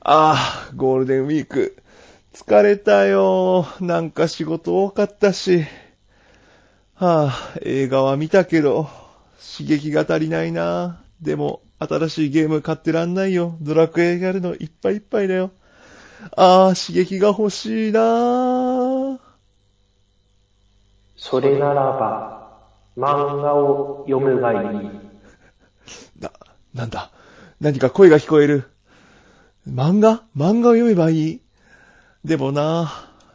ああ、ゴールデンウィーク。疲れたよ。なんか仕事多かったし。はあ、映画は見たけど、刺激が足りないな。でも、新しいゲーム買ってらんないよ。ドラクエやるのいっぱいいっぱいだよ。ああ、刺激が欲しいな。それならば、漫画を読むがいい。な、なんだ。何か声が聞こえる。漫画漫画を読めばいい。でもな、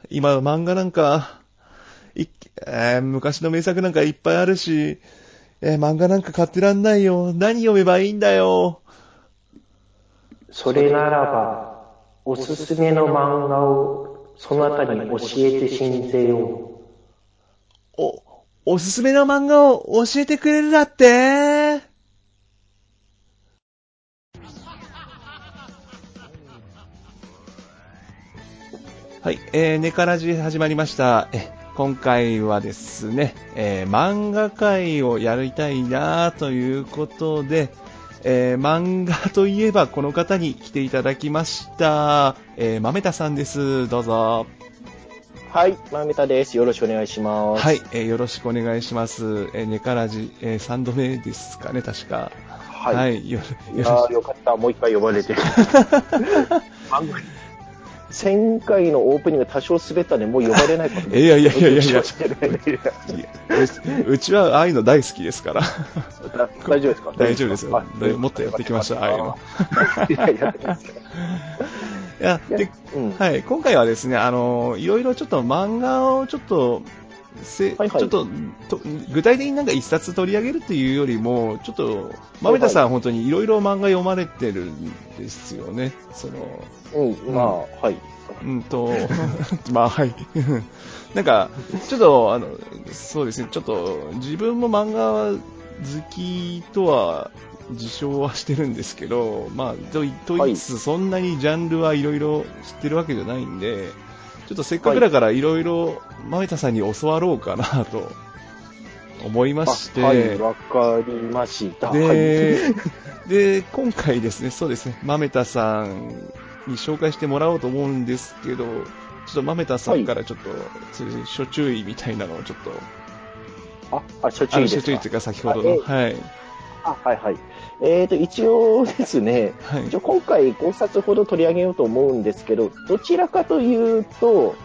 今の漫画なんか、いえー昔の名作なんかいっぱいあるし、えー漫画なんか買ってらんないよ。何読めばいいんだよ。それならば、おすすめの漫画をそなたに教えて申請を。お、おすすめの漫画を教えてくれるだってはい、えー、ネカラジ始まりました。え今回はですね、えー漫画界をやりたいなということで、えー漫画といえばこの方に来ていただきました。えー、豆田さんです。どうぞ。はい、まめたです。よろしくお願いします。はい、えーよろしくお願いします。えー、ネカラジ、え3度目ですかね、確か。はい。よろいよやろしーよかった。もう一回呼 ばれて。前回のオープニング多少滑ったんで、もう呼ばれないか もいやいやいやいやいや承知してるく。うちはああいうの大好きですから。だ 大丈夫ですか 大丈夫ですよあ大丈夫もっとやってきましたああいうの いやいやいやいや、で、うんはい、今回はですね、あのーいろいろちょっと漫画をちょっと、せはいはいちょっとと具体的になんか一冊取り上げるというよりも、ちょっと、豆田さん、本当にいろいろ漫画読まれてるんですよね。その、うん、まあ、はい。うんと、 まあ、はい。 なんか、ちょっと、あの、そうですね、ちょっと、自分も漫画は好きとは、自称はしてるんですけど、まあ、とと言いつつ、そんなにジャンルはいろいろ知ってるわけじゃないんで、ちょっとせっかくだから、いろいろ、豆田さんに教わろうかなと、思いまして、あはい、わかりました。はい。で、 で、今回ですね、そうですね、豆田さんに紹介してもらおうと思うんですけど、ちょっと豆田さんからちょっと、そうですね諸注意みたいなのをちょっと、あ、あ、所あ注の意諸です注意というか。か先ほどの、はい、あ、はいはい。えーと、一応ですね、はい一応、今回5冊ほど取り上げようと思うんですけど、どちらかというと、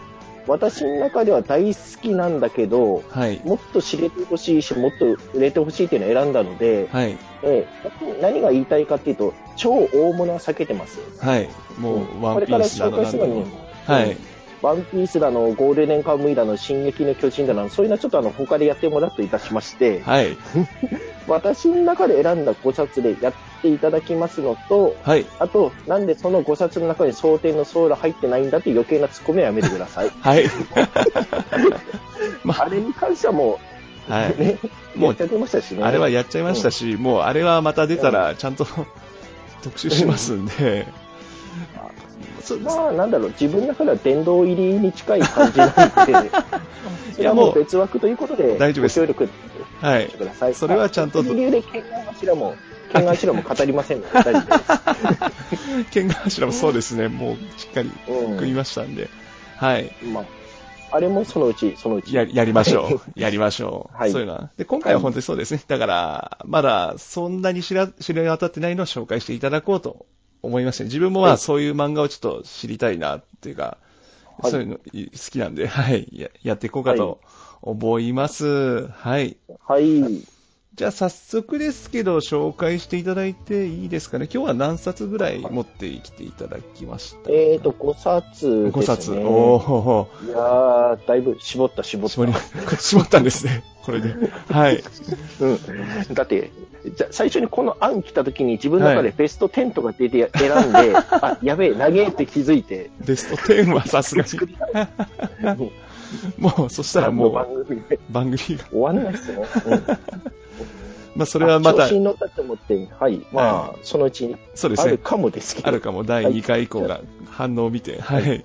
私の中では大好きなんだけど、はい、もっと知れてほしいし、もっと売れてほしいっていうのを選んだので、はい、えー何が言いたいかっていうと、超大物は避けてます。はい、もうんう、ワンピースだこのなれから紹介すんだるのにの、、はい、ワンピースだの、ゴールデンカムイだの、進撃の巨人だの、そういうのはちょっとあの他でやってもらうといたしまして、はい、私の中で選んだ5冊でやっていただきますのと、はい、あと、なんでその5冊の中に蒼天のソウル入ってないんだって余計なツッコミはやめてくだ さい。はい、あれに関してはもう、はい。ね、ももううやってましたしね。あれはやっちゃいましたし、もうあれはまた出たら、ちゃんと 特集しますんで、そうですまあ、なんだろう、自分の中では殿堂入りに近い感じなん で、それはもう別枠ということで、大丈夫ですご協力はいして。ください。それはちゃんとまあ理由で、県外柱も、県外柱も語りません ので、大丈夫です。剣ヶ柱もそうですね、もうしっかり組みましたんで、はい。うん。まあ、あれもそのうち、そのうち。や、やりましょう。やりましょう。はいそういうのは。で、今回は本当にそうですね。だから、まだ、そんなに知ら、知り渡ってないのを紹介していただこうと思いましたね。自分もまあ、そういう漫画をちょっと知りたいな、っていうか、はいそういうのい好きなんで、はい。ややっていこうかと思います。はい。はい。じゃあ、早速ですけど、紹介していただいていいですかね。今日は何冊ぐらい持ってきていただきましたえーと、5冊ですね。 5冊。おー。いやー、だいぶ絞った、絞った。絞りま、 絞ったんですね。これで。はい。うん、だって、じゃ最初にこの案来た時に自分の中でベスト10とか出て選 んで、あ、やべえ、投げって気づいて、ベスト10はさすが に。ももう、そしたらも番組でう、番組が。終わんないっすね。うんまあ、 それはまあた調子、に乗ったと思って、はい。まあ、そのうちにそうであするね。かもですけど。あるかも、第2回以降が反応を見て、はい。はよ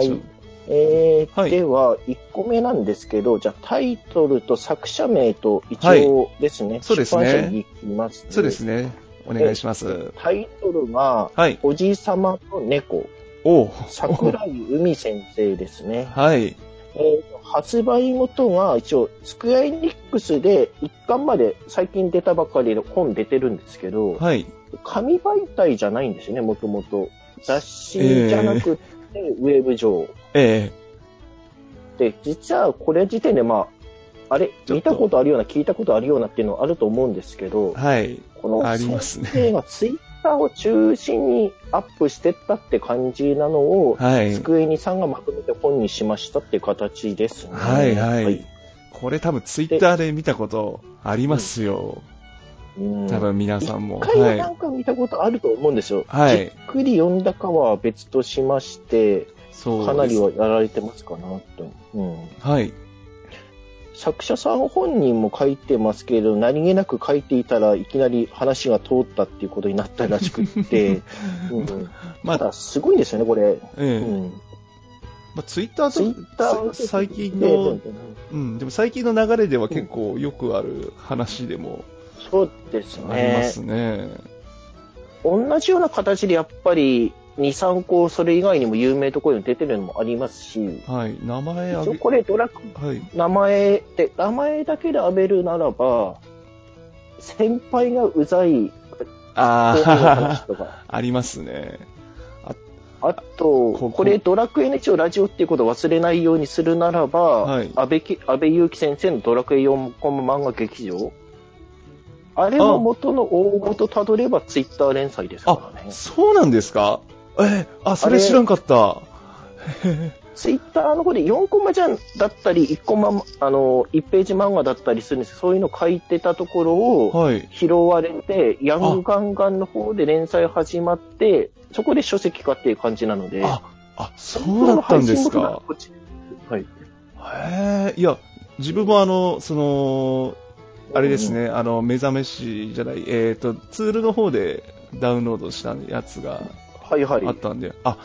いいしえーはいでは、1個目なんですけど、じゃあタイトルと作者名と一はい応ですね、そうですね出版社に行きます。ょそうですね。お願いします。タイトルが、はい。おじさまと猫、おう。桜井海先生ですね。はい。えー発売元が一応、スクエアエニックスで一巻まで最近出たばかりの本出てるんですけど、はい。紙媒体じゃないんですよね、もともと。雑誌じゃなくて、ウェブ上。えで、実はこれ時点で、まあ、あれ、ちょっと見たことあるような、聞いたことあるようなっていうのはあると思うんですけえど、はい。このありますね先生がツイッターを中心にアップしてったって感じなのを、はい。机にさんがまとめて本にしましたって形ですね。はい、はい。。これ多分ツイッターで見たことありますよ。うん多分皆さんも。一回はは。ないんか見たことあると思うんですよ。はいじっくり読んだかは別としまして、そうですかなりはやられてますかなと。うん、はい。作者さん本人も書いてますけど、何気なく書いていたらいきなり話が通ったっていうことになったらしくって、うん、またあ、だすごいですよね、これ。えうえん、まあ、ツイッターとさ Twitter 最近での、うん、でも最近の流れでは結構よくある話でもそうですありまねすね。同じような形でやっぱり23個それ以外にも有名ところに出てるのもありますしはい。名前あ一げ応、これドラクはい。名前って名前だけで挙げるならば先輩がうざい後輩の話あとか あ、ありますね。あとこここれドラクエの一応ラジオっていうことを忘れないようにするならば、はい安倍き安倍祐樹先生の「ドラクエ4コマ漫画劇場」あれも元の大元たどればツイッター連載ですかあら、ね。そうなんですかええ、あ、そあれれ知らんかった。ツイッターの方で4コマじゃんだったり、1コマ、あの、1ページ漫画だったりするんですけどそういうの書いてたところをはい。拾われて、ヤングガンガンの方で連載始まって、そこで書籍化っていう感じなので。あ、あ、そうだったんですその配信元がか。こっちはい。へえ、いや、自分もあの、その、あれですね、あの、目覚めしじゃない、えっ、と、ツールの方でダウンロードしたやつがはいはい。あったんで、あ、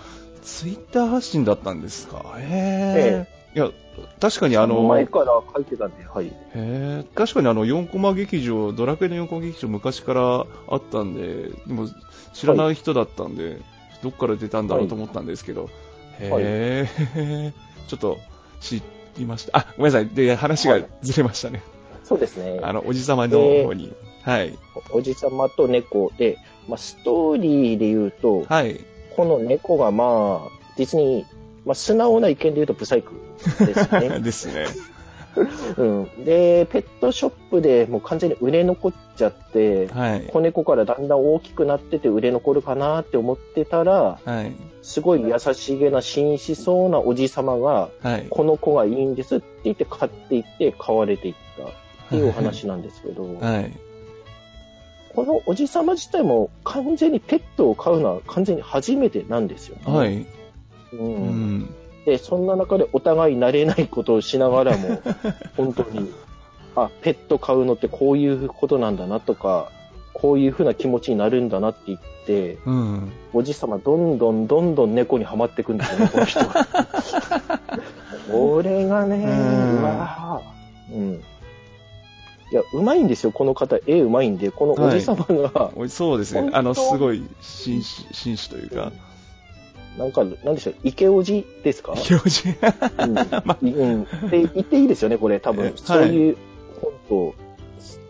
ツイッター発信だったんですか。へええ。いや、確かにあその、前へから書いてたんで、はい。え、確かにあの、4コマ劇場、ドラクエの4コマ劇場昔からあったんで、でも知らない人だったんで、どっから出たんだろうと思ったんですけど、はいへえ、 ちょっと知りました。あ、ごめんなさい。で、話がずれましたね。そうですね。あの、おじさまの方に。はい。おじさまと猫で、まあ、ストーリーで言うと、はい。この猫がまあ、実に、まあ、素直な意見で言うと、ブサイクです ね。ですね。うん、で、ペットショップでもう完全に売れ残っちゃって、はい。子猫からだんだん大きくなってて売れ残るかなって思ってたら、はい。すごい優しげな紳士そうなおじさまが、はい。この子がいいんですって言って買っていって買われていったっていうお話なんですけど、はい。このおじさま自体も完全にペットを飼うのは完全に初めてなんですよ、ね。はい。うんうん。で、そんな中でお互い慣れないことをしながら も、本当に、あ、ペット飼うのってこういうことなんだなとか、こういうふうな気持ちになるんだなって言って、うん。おじさまどんどんどんどん猫にはまってくんですよね、 この人は。俺がね、うんうわぁうん。いや、うまいんですよ、この方。絵うまいんで、このおじさまが、おいそうですね本。当あの、すごい、紳士、紳士というか、なんか、なんでしょう、池おじですか教授。 うんうん、で言っていいですよね、これ、多え分そういう、本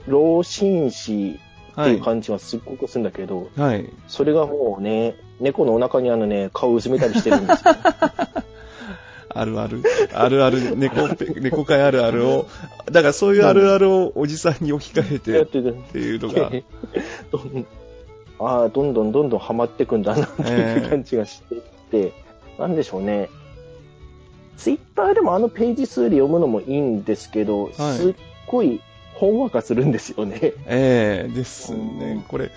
当、老紳士っはてい。いう感じはすっごくするんだけど、はい。それがもうね、猫のお腹にあのね、顔を薄めたりしてるんですよ。あるある。あるある。猫って、猫界あるあるを、だからそういうあるあるをおじさんに置き 換えやっててるっていうのが、 どんああ、どんどんどんどんハマってくんだなっていう感じがしていて、なんでしょうね。ツイッターでもあのページ数で読むのもいいんですけど、はいすっごいほんわかするんですよね。ええですうんね。これ、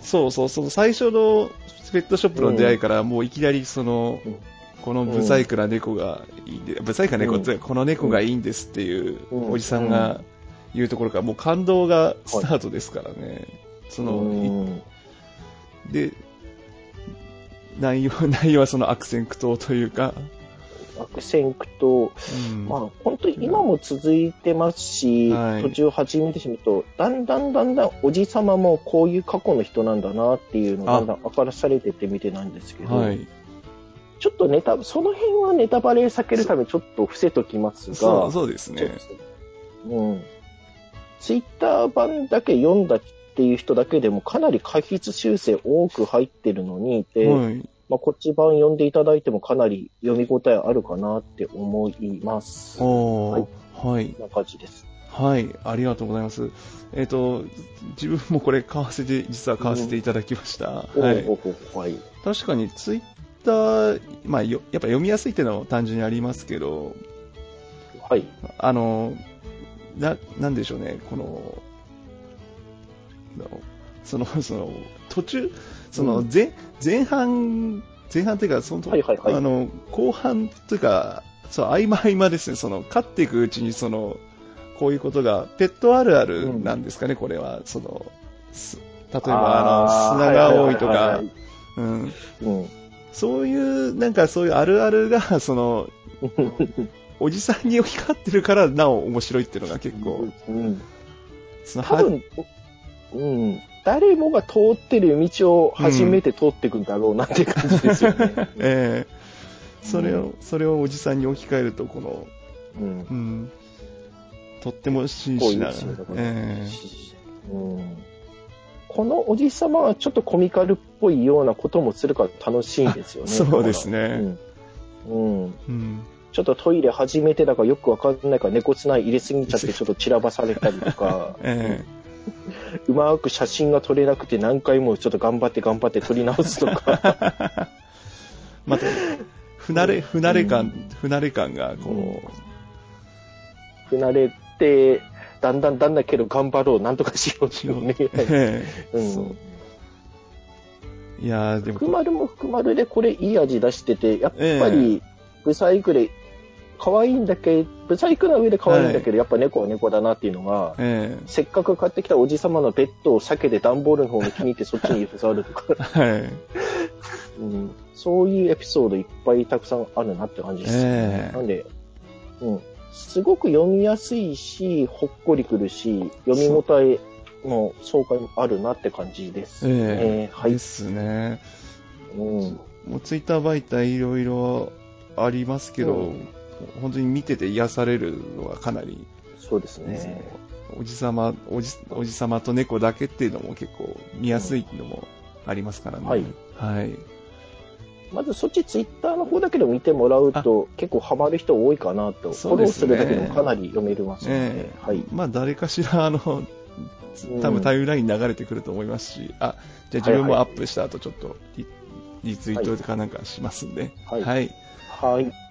そうそう、その最初のペットショップの出会いから、もういきなりそのうん、このブサイクな猫がいいんで、ブサイクな猫って、この猫がいいんですっていううんおじさんが言うところから、もう感動がスタートですからね。その、うん いで、内容、内容はその悪戦苦闘というか、悪戦苦闘、うんまあ、本当に今も続いてますし、はい途中始めてしまうと、だんだんだんだんおじさまもこういう過去の人なんだなっていうのがあだんだん明からされてって見てなんですけど、はい、ちょっとネタ、その辺はネタバレ避けるためにちょっと伏せときますが、そうそうですちょっね。とうん。ツイッター版だけ読んだっていう人だけでもかなり解筆修正多く入ってるのに、で、はい、まあ、こっち版読んでいただいてもかなり読み応えあるかなって思います。こおーはいん、な感じです。はい、ありがとうございます。えっ、と、自分もこれ買わせて、実は買わせていただきました。おうはいお、うおうおうはい。確かにツイッター、まあ、よやっぱ読みやすいっていうのは単純にありますけど、はい。あの、な、なんでしょうね、この、なんだろうその、 その、途中、その、うん前、前半、前半というか、その、はいはいはいあの、後半というか、そう、合間合間ですね、その、勝っていくうちに、その、こういうことが、ペットあるあるなんですかね、これは、その、す例えば、あの、砂が多いとはははかはい、うん、うん。そういう、なんかそういうあるあるが、 その、おじさんに置き換わってるから、なお面白いっていうのが結構、うん。その多分、うん。誰もが通ってる道を初めて通ってくんだろうなっていう感じです よね。ええそれを、それをおじさんに置き換えると、この、うん。うん、とっても真こう摯いなう、シーンだからえうんこのおじさまはちょっとコミカルっぽいようなこともするから楽しいんですよえ ね。そうですだからね。うん。うんうん。、ちょっとトイレ始めてだからよくわかんないから猫つない入れすぎちゃってちょっと散らばされたりとか えうまく写真が撮れなくて何回もちょっと頑張って頑張って撮り直すと か、えまた、不慣れ、不慣れ感、不慣れ感が、こ不慣れて、だんだんだんだんけど頑張ろう、なんとかしようっていうね。う、ええうん そう。いやーでも、福丸も福丸でこれいい味出してて、やっぱり、ブサイクで、可愛いんだけ、ブサイクな上で可愛いんだけど、やっぱ猫は猫だなっていうのが、えせっかく買ってきたおじ様のベッドを避けて段ボールの方が気に入ってそっちに触るとか え、はい。うん、そういうエピソードいっぱいたくさんあるなって感じです。ええなんで、うん、すごく読みやすいし、ほっこりくるし、読み応えの爽快もあるなって感じです。ええーはいですね。うんもうツイッター媒体いろいろありますけど、うん本当に見てて癒されるのはかなり、そうですね。おじさまおじ、おじさまと猫だけっていうのも結構見やすいのもありますからね。はい。はい。まずそっちツイッターの方だけでも見てもらうと結構ハマる人多いかなと、フそうォロでーすすねるだけでもかなり読めるますので、ええはい。まあ、誰かしら、あの、多分タイムラインに流れてくると思いますし、あ、じゃあ自分もアップした後ちょっとリ,、ツイートとかなんかしますんで。はいはい。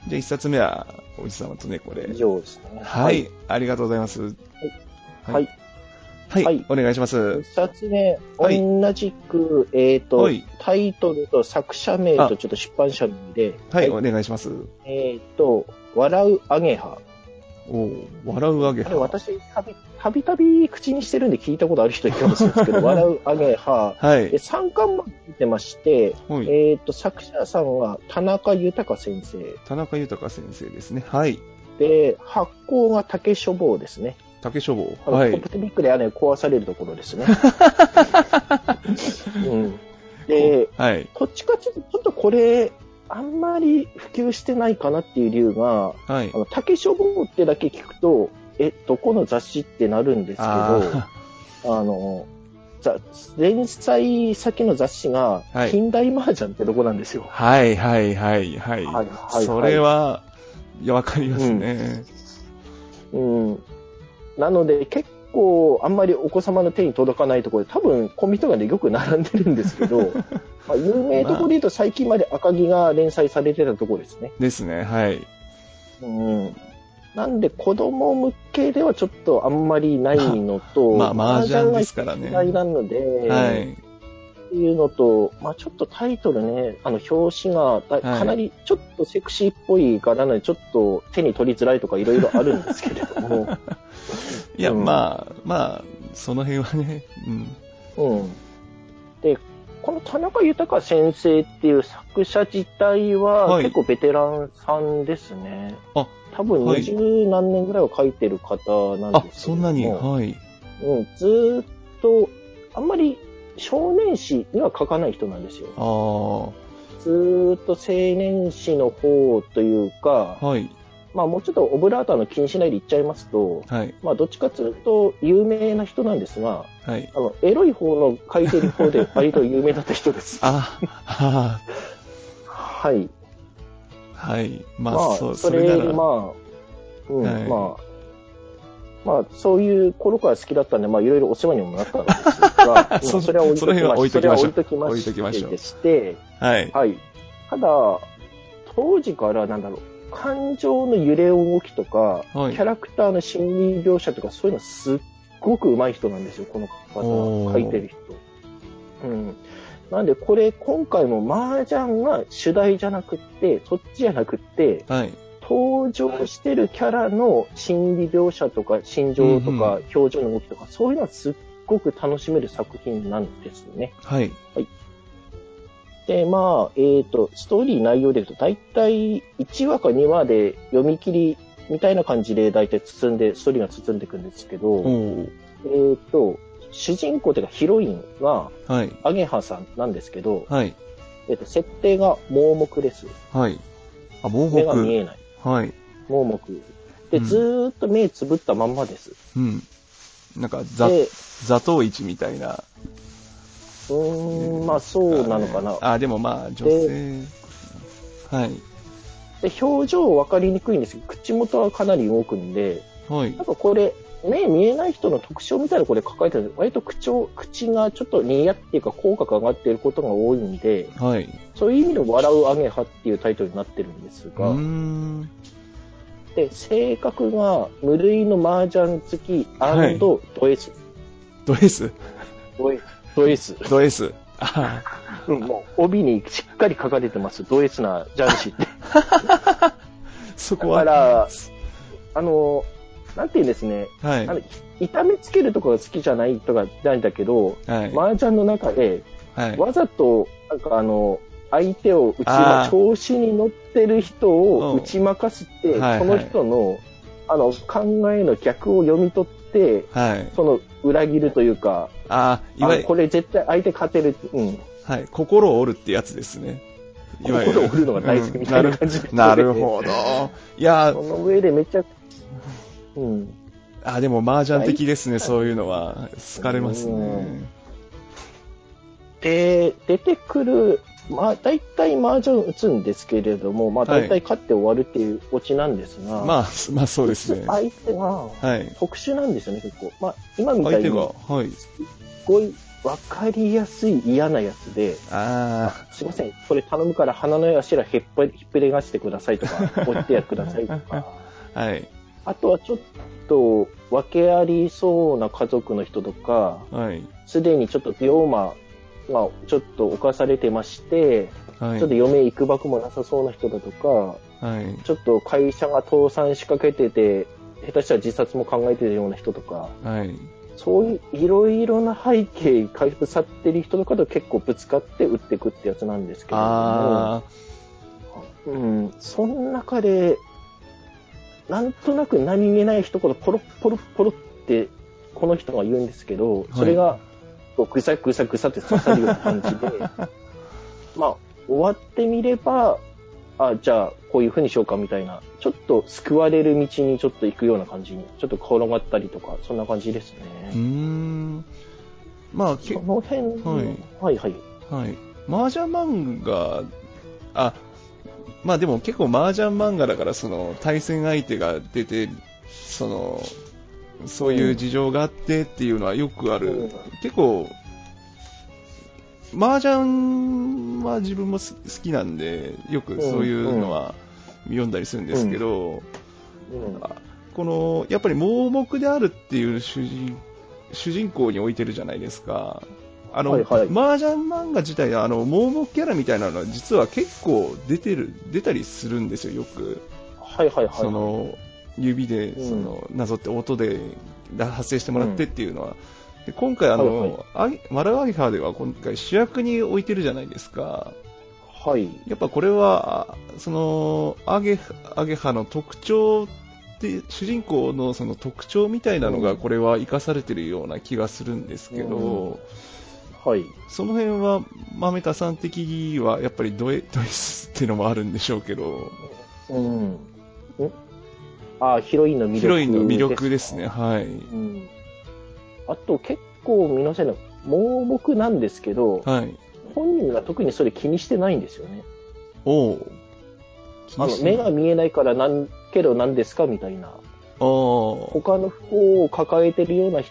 じゃあ一冊目は、おじさまと猫で以。上ですね。はい、ありがとうございます。はい。はい。はい、はいお願いします一。冊目、はい同じく、えっ、とはい、タイトルと作者名あとちょっと出版社名で、はい、お願いします。えっ、と、笑うアゲハ。おう笑うあげあは。れ、私、たびたびたび口にしてるんで聞いたことある人いるかもしれない ですけど、笑うアゲハ。はいえ、三巻まで出てまして、はい。えっ、と、作者さんは田中豊先生。田中豊先生ですね。はい。で、発行が竹書房ですね。竹書房。あのはポいッ。プテビックであれ壊されるところです ね。うん、で、はい。こっちかちょっとちょっとこれ、あんまり普及してないかなっていう理由が、はいあ。の竹書房ってだけ聞くと、え、どこの雑誌ってなるんですけど、ああの、ざ連載先の雑誌がはい、近代麻雀ってどこなんですよー。はいはいはいはい。はいはいはいそれは、いや、わかりますね。うん。なので、結構、あんまりお子様の手に届かないところで、多分、コンビニとかでよく並んでるんです けど、まあ、有名ところで言うと、最近まで赤木が連載されてたところですね。ですね。はい。うん。なんで、子供向けではちょっとあんまりないのと、 まあ、麻雀ですから麻ね。雀はは嫌いなので、い。っていうのと、まあ、ちょっとタイトルね、あの表紙がだはいかなりちょっとセクシーっぽい柄なので、ちょっと手に取りづらいとかいろいろあるんですけれど も、いや、うんまあ、まあ、その辺はね、うん。うん。で、この田中豊先生っていう作者自体ははい結構ベテランさんですね。あ多分はい二十何年ぐらいは書いてる方なんあで、すけそれんどもなに、はい。うん、ずーっと、あんまり少年誌には書かない人なんですよ。ああ、ずーっと青年誌の方というか、はい、まあもうちょっとオブラートの気にしないで言っちゃいますと、はい、まあどっちかというと有名な人なんですが、はい。あの、エロい方の書いてる方で割と有名だった人です。あ、あはい。ーはい。まあ、まあ、そう、そそれなれ、ら、まあ、うん、はいまあ、まあ、そういう頃から好きだったんで、まあ、いろいろお世話にもなったんですが、まあ そそれは置いその辺は置いときましょうそれは置いときまし置いときましょょうう。でして、はい。はい。ただ、当時から、なんだろう、感情の揺れ動きとか、はいキャラクターの心理描写とか、そういうのすっごく上手い人なんですよ、このお方、ー書いてる人。うん。なんで、これ、今回も麻雀が主題じゃなくって、そっちじゃなくって、はい。登場してるキャラの心理描写とか心情とうんか表情の動きとか、そういうのはすっごく楽しめる作品なんですね。はい。で、まあ、えっ、と、ストーリー内容で言うと、だいたい1話か2話で読み切りみたいな感じでだいたい包んで、ストーリーが包んでいくんですけおど、ーえっ、と、主人公というかヒロインがはい。アゲハさんなんですけど、はい。えっ、と、設定が盲目です。はい。あ、盲目が見目。えない。はい。盲目。で、うんずーっと目つぶったまんまです。うん。なんか、ざ、で、座頭市みたいな。うーん、まあそうなのかな。あ、でもまあ、女性。はい。で表情分かりにくいんですけど、口元はかなり動くんで、はいなん。かこれ、目見えない人の特徴みたいなのこれ書かれてるんです割と口を口がちょっとニヤっていうか口角上がっていることが多いんで、はい。そういう意味の笑うアゲハっていうタイトルになってるんですうが、ーん。で、性格が無類の麻雀好きはいド S、ド S? ド S、ド S、ド S? あうんもう帯にしっかり書かれてます、ド S な雀 士って。ーそこだかは。ら、あの、なんていうんですね、はいあ。の痛めつけるとかが好きじゃないとかなんだけど、はい。麻雀の中で、はい。わざと、なんかあの、相手を打ちまあー、調子に乗ってる人をうん打ち負かして、はいはいその人の、あの、考えの逆を読み取って、はい。その裏切るというか、ああ、いあわゆるこ、れ絶対相手勝てる、うん、はい、心を折るってやつですね。いわゆ心を振るのが大好きみたいな感じ、うん なるなるほど。いやそ、の上でめちゃくうん。あ、でも麻雀的ですね、そういうのは。好かれますうね。で、出てくる、まあ、大体麻雀打つんですけれども、まあ、はい大体勝って終わるっていうオチなんですが、まあ、まあそうです ね。は相手がい。特殊なんですよね、結構。まあ、今みた相いに、手すが、っはい。ごい分かりやすい嫌なやつで、あすいません、これ頼むから鼻の頭へっぱひっぺれがしてくださいとか、折ってやくださいと か、あ、はい。あとはちょっと訳ありそうな家族の人とか、はい。すでにちょっと病魔がちょっと侵されてまして、はいちょっ。と嫁へ行くばくもなさそうな人だとか、はい。ちょっと会社が倒産しかけてて、下手したら自殺も考えてるような人とか、はい。そういういろいろな背景かぶさってる人とかと結構ぶつかって打っていくってやつなんですけれども、あうん、その中で、なんとなく何気ない一言、ポロッポロッポロってこの人が言うんですけど、それがこうぐさぐさぐさって刺さるような感じで、まあ、終わってみれば、あ、じゃあ、こういう風にしようかみたいな、ちょっと救われる道にちょっと行くような感じに、ちょっと転がったりとか、そんな感じですね。あ、うーん。まあ、けその辺の、ははいい、はいはいはい。麻雀漫画、あ、まあでも結構麻雀漫画だから、その対戦相手が出て、その、そういう事情があってっていうのはよくある。うん結構、麻雀は自分もす好きなんで、よくそういうのは読んだりするんですけど、うんあこの、やっぱり盲目であるっていう主人主人公に置いてるじゃないですか。あの、はいはい麻雀漫画自体はあの、盲目キャラみたいなのは実は結構出てる、出たりするんですよ、よく。はいはいはい。その、指で、うんその、なぞって音で発生してもらってっていうのは、で今回あの、はいはいアギマラアギハでは今回主役に置いてるじゃないですか。はい。やっぱこれは、あその、アゲ、アゲハの特徴って、主人公のその特徴みたいなのうがんこれは活かされてるような気がするんですけど、うはい。その辺は、豆田さん的にはやっぱりドエドイスっていうのもあるんでしょうけど、うん。んああ、ヒロインの魅力。ヒロインの魅力ですね、。はい。うん。あと結構皆さんの盲目なんですけど、はい。本人が特にそれ気にしてないんですよね。おうあの目が見えないからなんけど何ですかみたいな。あー他の不幸を抱えてるような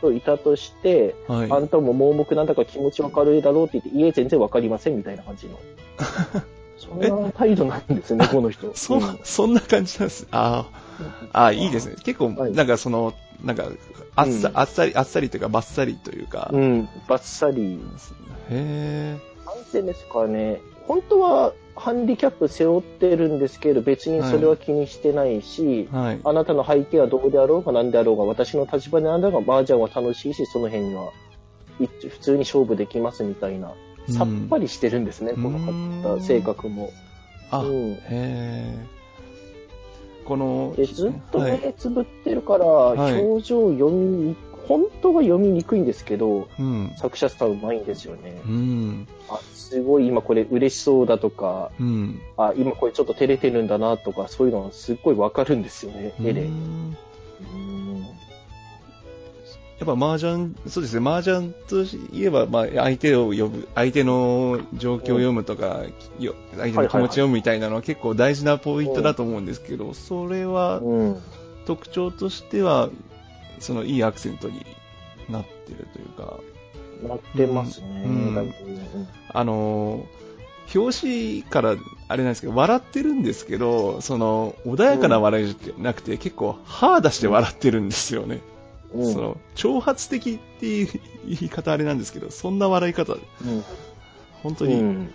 人いたとして、はい。あんたも盲目なんだから気持ちわかるだろうって言って、いえ、全然わかりませんみたいな感 じの。そんな態度なんですね、この人。そうんん、そんな感じなんです。あーあー、いいですね。結構、はいなんかその、なんか、あっさ,、うんあっさり、あっさりというか、ばっさりというか。へうん、バッサリ。え。なんていうんですかね、本当はハンディキャップ背負ってるんですけど、別にそれは気にしてないし、はい。あなたの背景はどうであろうが何であろうが、私の立場であなたが麻雀は楽しいし、その辺には、い普通に勝負できますみたいな。さっぱりしてるんですね、うんこの方、性格も。あ、うへんえ。この、でずっとは目い、つぶってるから、い表情読みに、本当は読みにくいんですけど、うん。作者さんうまいんですよねう。ん。あ、すごい今これ嬉しそうだとか、うん。あ、今これちょっと照れてるんだなとか、そういうのはすっごいわかるんですよね、絵で。ううんんやっぱ麻雀、そうですね、麻雀といえば、まあ、相手を呼ぶ、相手の状況を読むとか、よ相手の気持ちを読むみたいなのは結構大事なポイントだと思うんですけど、それはうん特徴としては、そのいいアクセントになってるというか、なってますね、うんだいぶうんあのー表紙からあれなんですけど、笑ってるんですけど、その穏やかな笑いじゃなくて、結構歯出して笑ってるんですよね。うんその挑発的っていう言い方あれなんですけど、そんな笑い方、うん本当うにん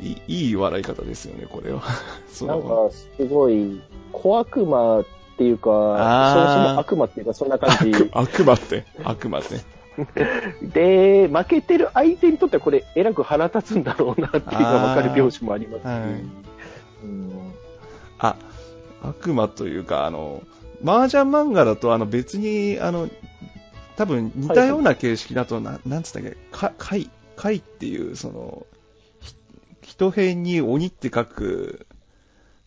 いい,、いい笑い方ですよね、これは。 そなんのか、すごい、小悪魔っていうか、そもあーそも悪魔っていうか、そんな感じ。悪魔って、悪魔って。で、負けてる相手にとってはこれ、えらく腹立つんだろうなっていうのがわかる描写もありますし、はいうんあ、悪魔というか、あの、麻雀漫画だと、あの、別に、あの、多分似たような形式だと、ななんつったっけ、か、貝、貝っていう、その、ひ人編に鬼って書く、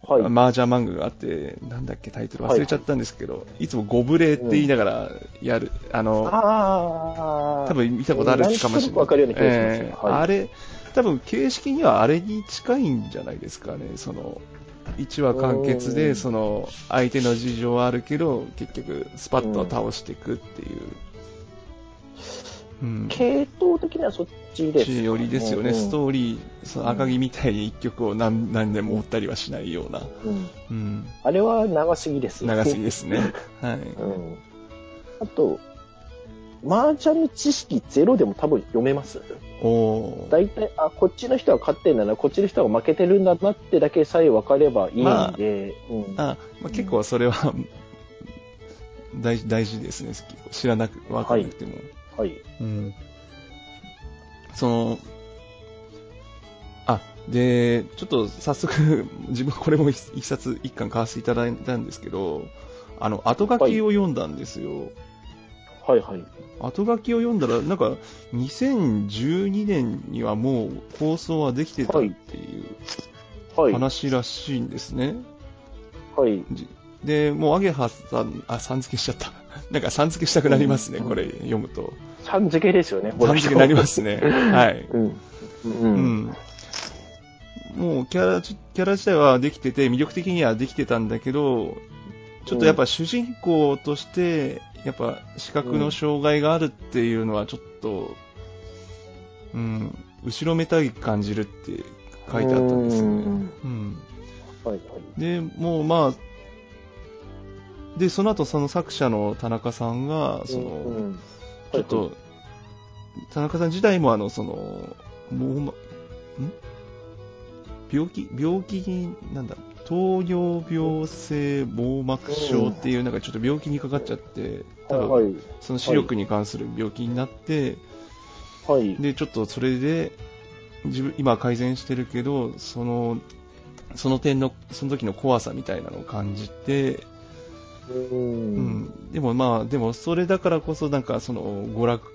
はい。麻雀漫画があって、なんだっけタイトル忘れちゃったんですけど、い、つもゴブレーって言いながらやる、あの、ああ、多分見たことあるかもしれんとななくい。わかるような気がしますねええはいあれ、多分形式にはあれに近いんじゃないですかね、その、1話完結うで、んその、相手の事情はあるけど、結局、スパッと倒していくっていう。うん。系統的にはそっちです、よりですよね、うんストーリー、その赤木みたいに一曲を何何年も追ったりはしないような。うんうん。あれは長すぎです。長すぎですね。はい。 うん。あと、麻雀の知識ゼロでも多分読めます。おー大体、あ、こっちの人は勝ってんだな、こっちの人は負けてるんだなってだけさえ分かればいいんで、うんあ、まあ、結構それは大事大事ですね。結構知らなく、わかんなくても。はい。うん。その、あ、で、ちょっと早速、 自分これも一一冊、一巻買わせていただいたんですけど、あの、後書きを読んだんですよ。はいはい。後書きを読んだら、なんか、2012年にはもう放送はできてたっていうはい。話らしいんですね。はい。じで、もう、アゲハさん、あ、さん付けしちゃった。 なんか、さん付けしたくなりますね、うんこれ、読むと。さん付けですよね、こさのん人付けになりますね。 はい。うん。う。うんん。もう、キャラ、キャラ自体はできてて、魅力的にはできてたんだけど、ちょっとやっぱ主人公として、やっぱ視覚の障害があるっていうのはちょっと、うん、後ろめたい感じるって書いてあったんですうね。んうん。はいはい。で、もうまあ、で、その後その作者の田中さんが、その、うんちょっ、と、田中さん自体もあの、その、もうま、ん病気、病気に、なんだ、糖尿病性網膜症っていう、なんかちょっと病気にかかっちゃって、多分はい。その視力に関する病気になって、はい。で、ちょっとそれで、自分、今は改善してるけど、その、その点の、その時の怖さみたいなのを感じて、う。うんん、でもまあ、でもそれだからこそ、なんかその、娯楽、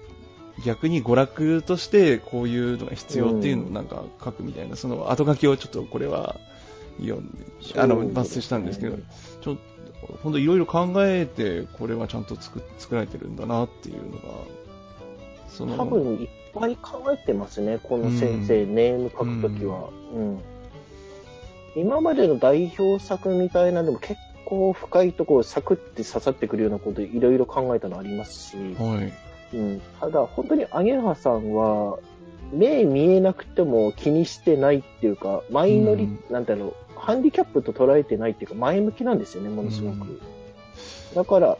逆に娯楽としてこういうのが必要っていうのをなんか書くみたいな、その後書きをちょっとこれは読んで、あの、そうですね抜粋したんですけど、ちょっと、ほんといろいろ考えて、これはちゃんと作作られてるんだなっていうのが、その、多分いっぱい考えてますね、この先生、ネーム書くときは、うん今までの代表作みたいなのでも結構深いところ、サクって刺さってくるようなこといろいろ考えたのありますし、はい。うん、ただ本当にアゲハさんは、目見えなくても気にしてないっていうか、マイノリ、うんなんだろう、ハンディキャップと捉えてないっていうか、前向きなんですよね、ものすごく。だから、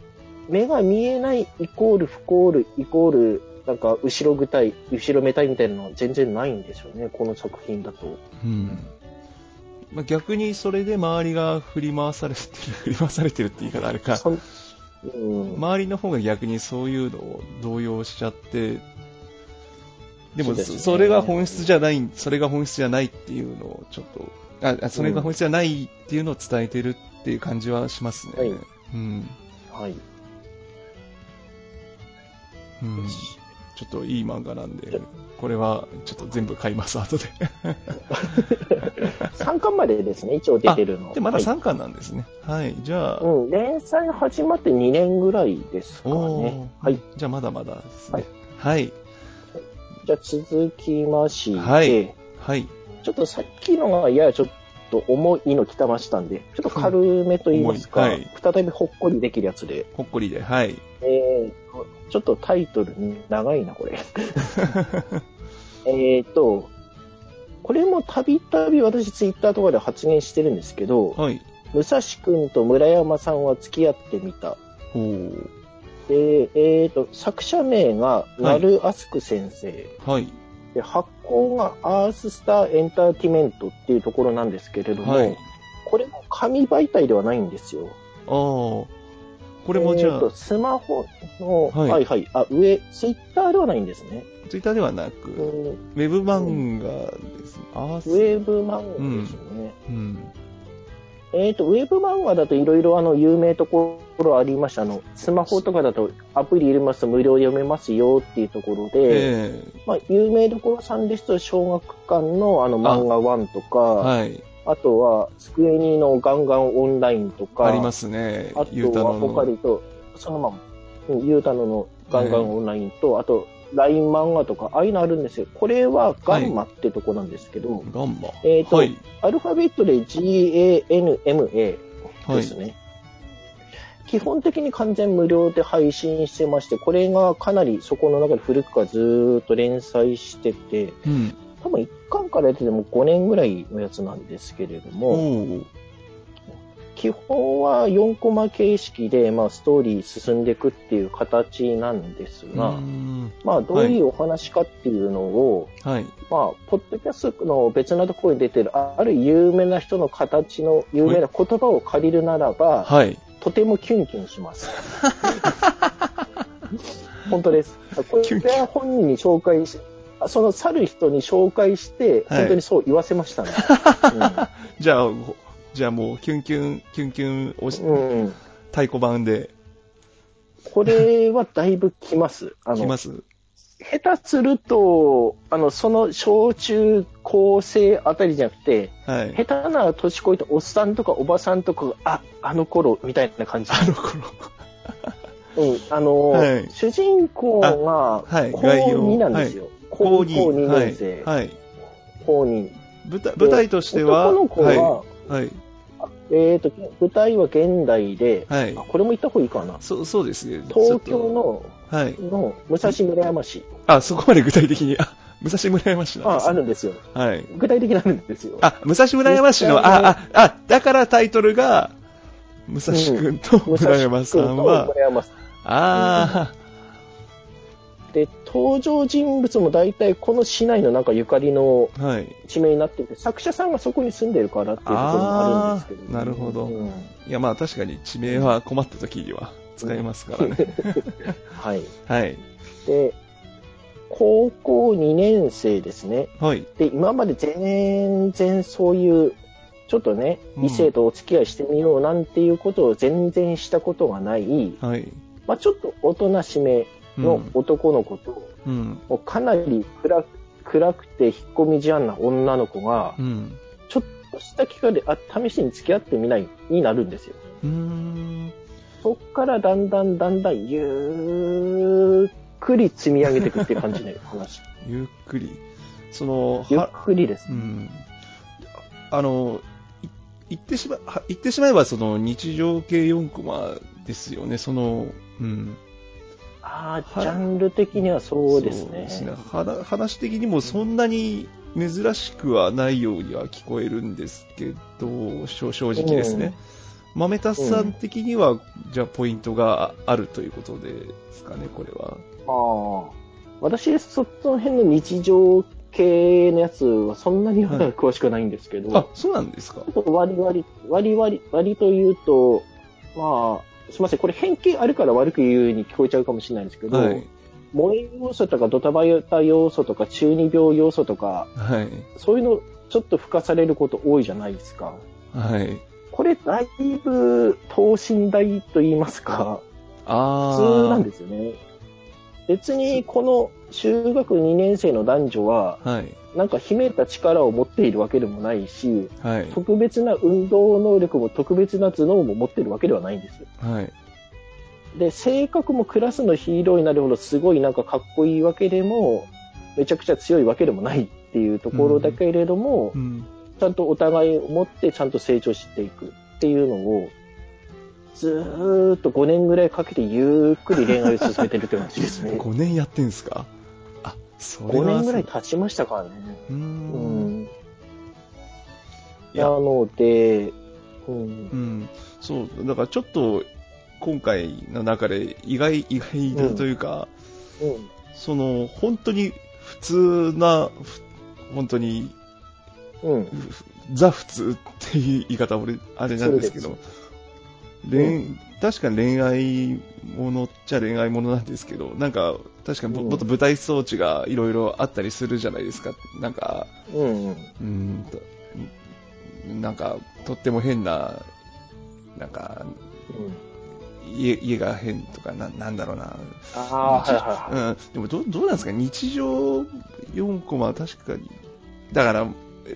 目が見えないイコール不幸るイコール、なんか後ろ具体、後ろめたいみたいなのは全然ないんですよね、この作品だと。うんまあ、逆にそれで周りが振り回されてる、 振り回されてるって言い方あれか、そんうん、周りの方が逆にそういうのを動揺しちゃって、でそもうですそねそれが本質じゃない、それが本質じゃないっていうのをちょっと、あ、あそれが本質じゃないっていうのを伝えてるっていう感じはしますね。はいうん。はい。うん。ちょっといい漫画なんで、これはちょっと全部買います、後で。 3巻までですね、一応出てるの。で、まだはい3巻なんですね。はい。じゃあ、うん、連載始まって2年ぐらいですかね。ーはい。。じゃあまだまだですね。はい。じゃあ続きまして、はいはい。ちょっとさっきのがややちょっと重いのきたましたんで、ちょっと軽めと言いますか、うん重い再びほっこりできるやつで、ほっこりで、はい。えー、ちょっとタイトル長いな、こ れ。えっと、これもたびたび私ツイッターとかで発言してるんですけど、はい。武蔵くんと村山さんは付き合ってみた。おーで、えっ、と、作者名が、ナル・アスク先生。はい。で発行がアーススターエンターテイメントっていうところなんですけれども、はい。これも紙媒体ではないんですよ。ああ。ここれもじゃあ、スマホの、ははいい、はいあ、上、ツイッターではないんですね。ツイッターではなうく、んウェブ漫画ですね。ああ、ウェブ漫画ですよね。うん。えっ、と、ウェブ漫画だといろいろあの、有名ところありました。あの、スマホとかだとアプリ入れますと無料読めますよっていうところで、ええまあ、有名どころさんですと、小学館のあの、漫画1とか、はい。あとは、スクエニのガンガンオンラインとか、ありますねあ。ゆうたとは、のオカの。リと、そのまま、うんユータノのガンガンオンラインと、あと、LINE 漫画とか、ああいうのあるんですよ。これはガンマってとこなんですけど、ガンマ。えーとはい。アルファベットで GANMA はですい。ね。基本的に完全無料で配信してまして、これがかなりそこの中で古くからずーっと連載してて、うん。多分1巻からやってても5年ぐらいのやつなんですけれども、おー基本は4コマ形式で、まあ、ストーリー進んでいくっていう形なんですうが、ーん。まあ、どういうお話かっていうのを、はい。まあ、ポッドキャストの別なところに出てる、あある有名な人の形の有名な言葉を借りるならば、はい。とてもキュンキュン します。本当です。こキュンキれュは本人に紹介し、あその去る人に紹介して、はい本当にそう言わせました ね。じゃあ、ほじゃあもう、キュンキュン、キュンキュン押し、うんうん太鼓判でこれはだいぶきます。あ来のます。下手すると、あの、その小中高生あたりじゃなくて、はい。下手な年越えたおっさんとかおばさんとかが、あ、あの頃、みたいな感じ。あの頃。うん、あの、はい主人公がはい高概要2なんですよ。高2、高2年生。はい。はい高2。舞台舞台としては、男の子は、い。はい。えっ、と、舞台は現代で、はいあこれも言った方がいいかな。そう、そうですね。東ちょ京っの、と。はい。の武蔵村山市。あ、そこまで具体的に、あ、武蔵村山市なんであ、すあね。るんですよ。はい。具体的なんですよ。あ、武蔵村山市の、武蔵あ、村あ、あ、だからタイトルが、武蔵くんと武村山さ君とんは、村山さんああ、で、登場人物も大体この市内のなんかゆかりのはい。地名になってて、作者さんがそこに住んでるからっていうところもあるんですけど、あーなるほどうんいや、まあ確かに地名は困った時には使えますからね。はい。 はい。で、高校2年生ですね。はい。で、今まで全然そういう、ちょっとね、うん異性とお付き合いしてみようなんていうことを全然したことがない、はい。まあちょっとおとなしめの男の子と、うん。もうかなり暗く暗くて引っ込み思案な女の子がう、ん。ちょっとした機会で、あ、試しに付き合ってみないになるんですよ。うーん。そっからだんだんだんだんゆっくり積み上げていくっていう感じの話。ゆっくり。その、ゆはっ、くりですう。ん。あの、い言ってしま、は言ってしまえばその日常系4コマですよね。その、うん。ああ、はジャンル的にはそうですね。はな話的にもそんなに珍しくはないようには聞こえるんですけど、しょ正直ですね。豆田さん的には、じゃあポイントがあるということですかね、これは。ああ。私、そその辺の日常系のやつはそんなにははい詳しくないんですけど、あ、そうなんですか。ちょっと割り割り、割り割り、割りと言うと、まあ、すみません、これ偏見あるから悪く言うに聞こえちゃうかもしれないんですけど、はい。萌え要素とかドタバタ要素とか中二病要素とか、はい。そういうのちょっと付加されること多いじゃないですか。はい。これだいぶ等身大と言いますか、あ普あ。通なんですよね。別にこの中学2年生の男女は、はい。なんか秘めた力を持っているわけでもないし、はい。特別な運動能力も特別な頭脳も持ってるわけではないんです。はい。で、性格もクラスのヒーローになるほどすごいなんかかっこいいわけでも、めちゃくちゃ強いわけでもないっていうところだけれども、うん。ちゃんとお互いを持ってちゃんと成長していくっていうのを、ずーっと5年ぐらいかけてゆっくり恋愛を進めてるって感じです ね。 5年やってんすかあ、それ5は。年ぐらい経ちましたからね。うー。うんん。いなやので、うう。んん、そう、だからちょっと今回の中で意外、意外だというか、うんその本当に普通な、ふ本当にうん。ふザ普通っていう言い方、俺、あれなんですけど、で恋確かに恋愛ものっちゃ恋愛ものなんですけど、なんか、確かにもうんもっと舞台装置がいろいろあったりするじゃないですか、なんか、うん。うーんと、なんか、とっても変な、なんか、うん。家家が変とかな、なんだろうな、ああ、はいはいはい。うん、でもどどうなんですか、日常4コマは確かに、だから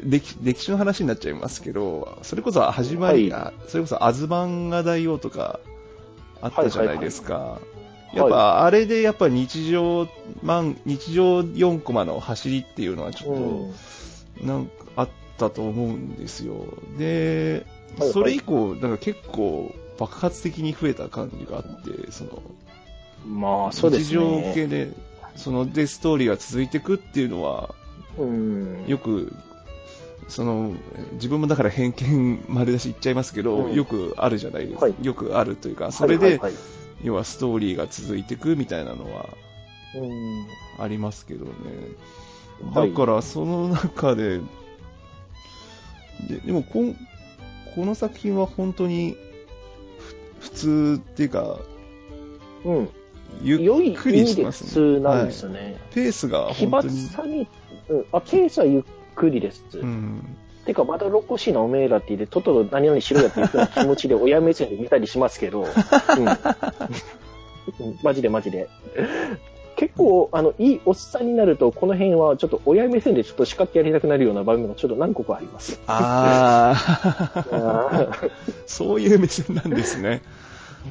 歴歴史の話になっちゃいますけど、それこそ始まりが、それこそアズバンが大王とかあったじゃないですか。いやはいっぱ、あれで、やっぱ日常、まん、日常4コマの走りっていうのはちょっと、うんなんかあったと思うんですよ。で、はいはいそれ以降、なんか結構爆発的に増えた感じがあって、その、まあ、そうで日す常ね。系で、その、で、ストーリーが続いていくっていうのは、うん。よく、その、自分もだから偏見丸出し言っちゃいますけど、うんよくあるじゃないですか。はいよくあるというか、それで、はいはいはい要はストーリーが続いていくみたいなのはうんありますけどね。はだいから、その中で、ででもこん、この作品は本当に、ふ普通っていうか、うん。良いゆ意っくり味してでま普すね。通なんですね。ペースが奇本当に抜、さに、うん、あ、ケースはゆっくりです。うん、てか、まだロコシのおめえらって言って、トトロ何々しろやっていうふうな気持ちで親目線で見たりしますけど、うん。うん マジでマジで。結構、あの、いいおっさんになると、この辺はちょっと親目線でちょっと叱ってやりたくなるような場面がちょっと何個かあります。ああ、あ そういう目線なんです ね。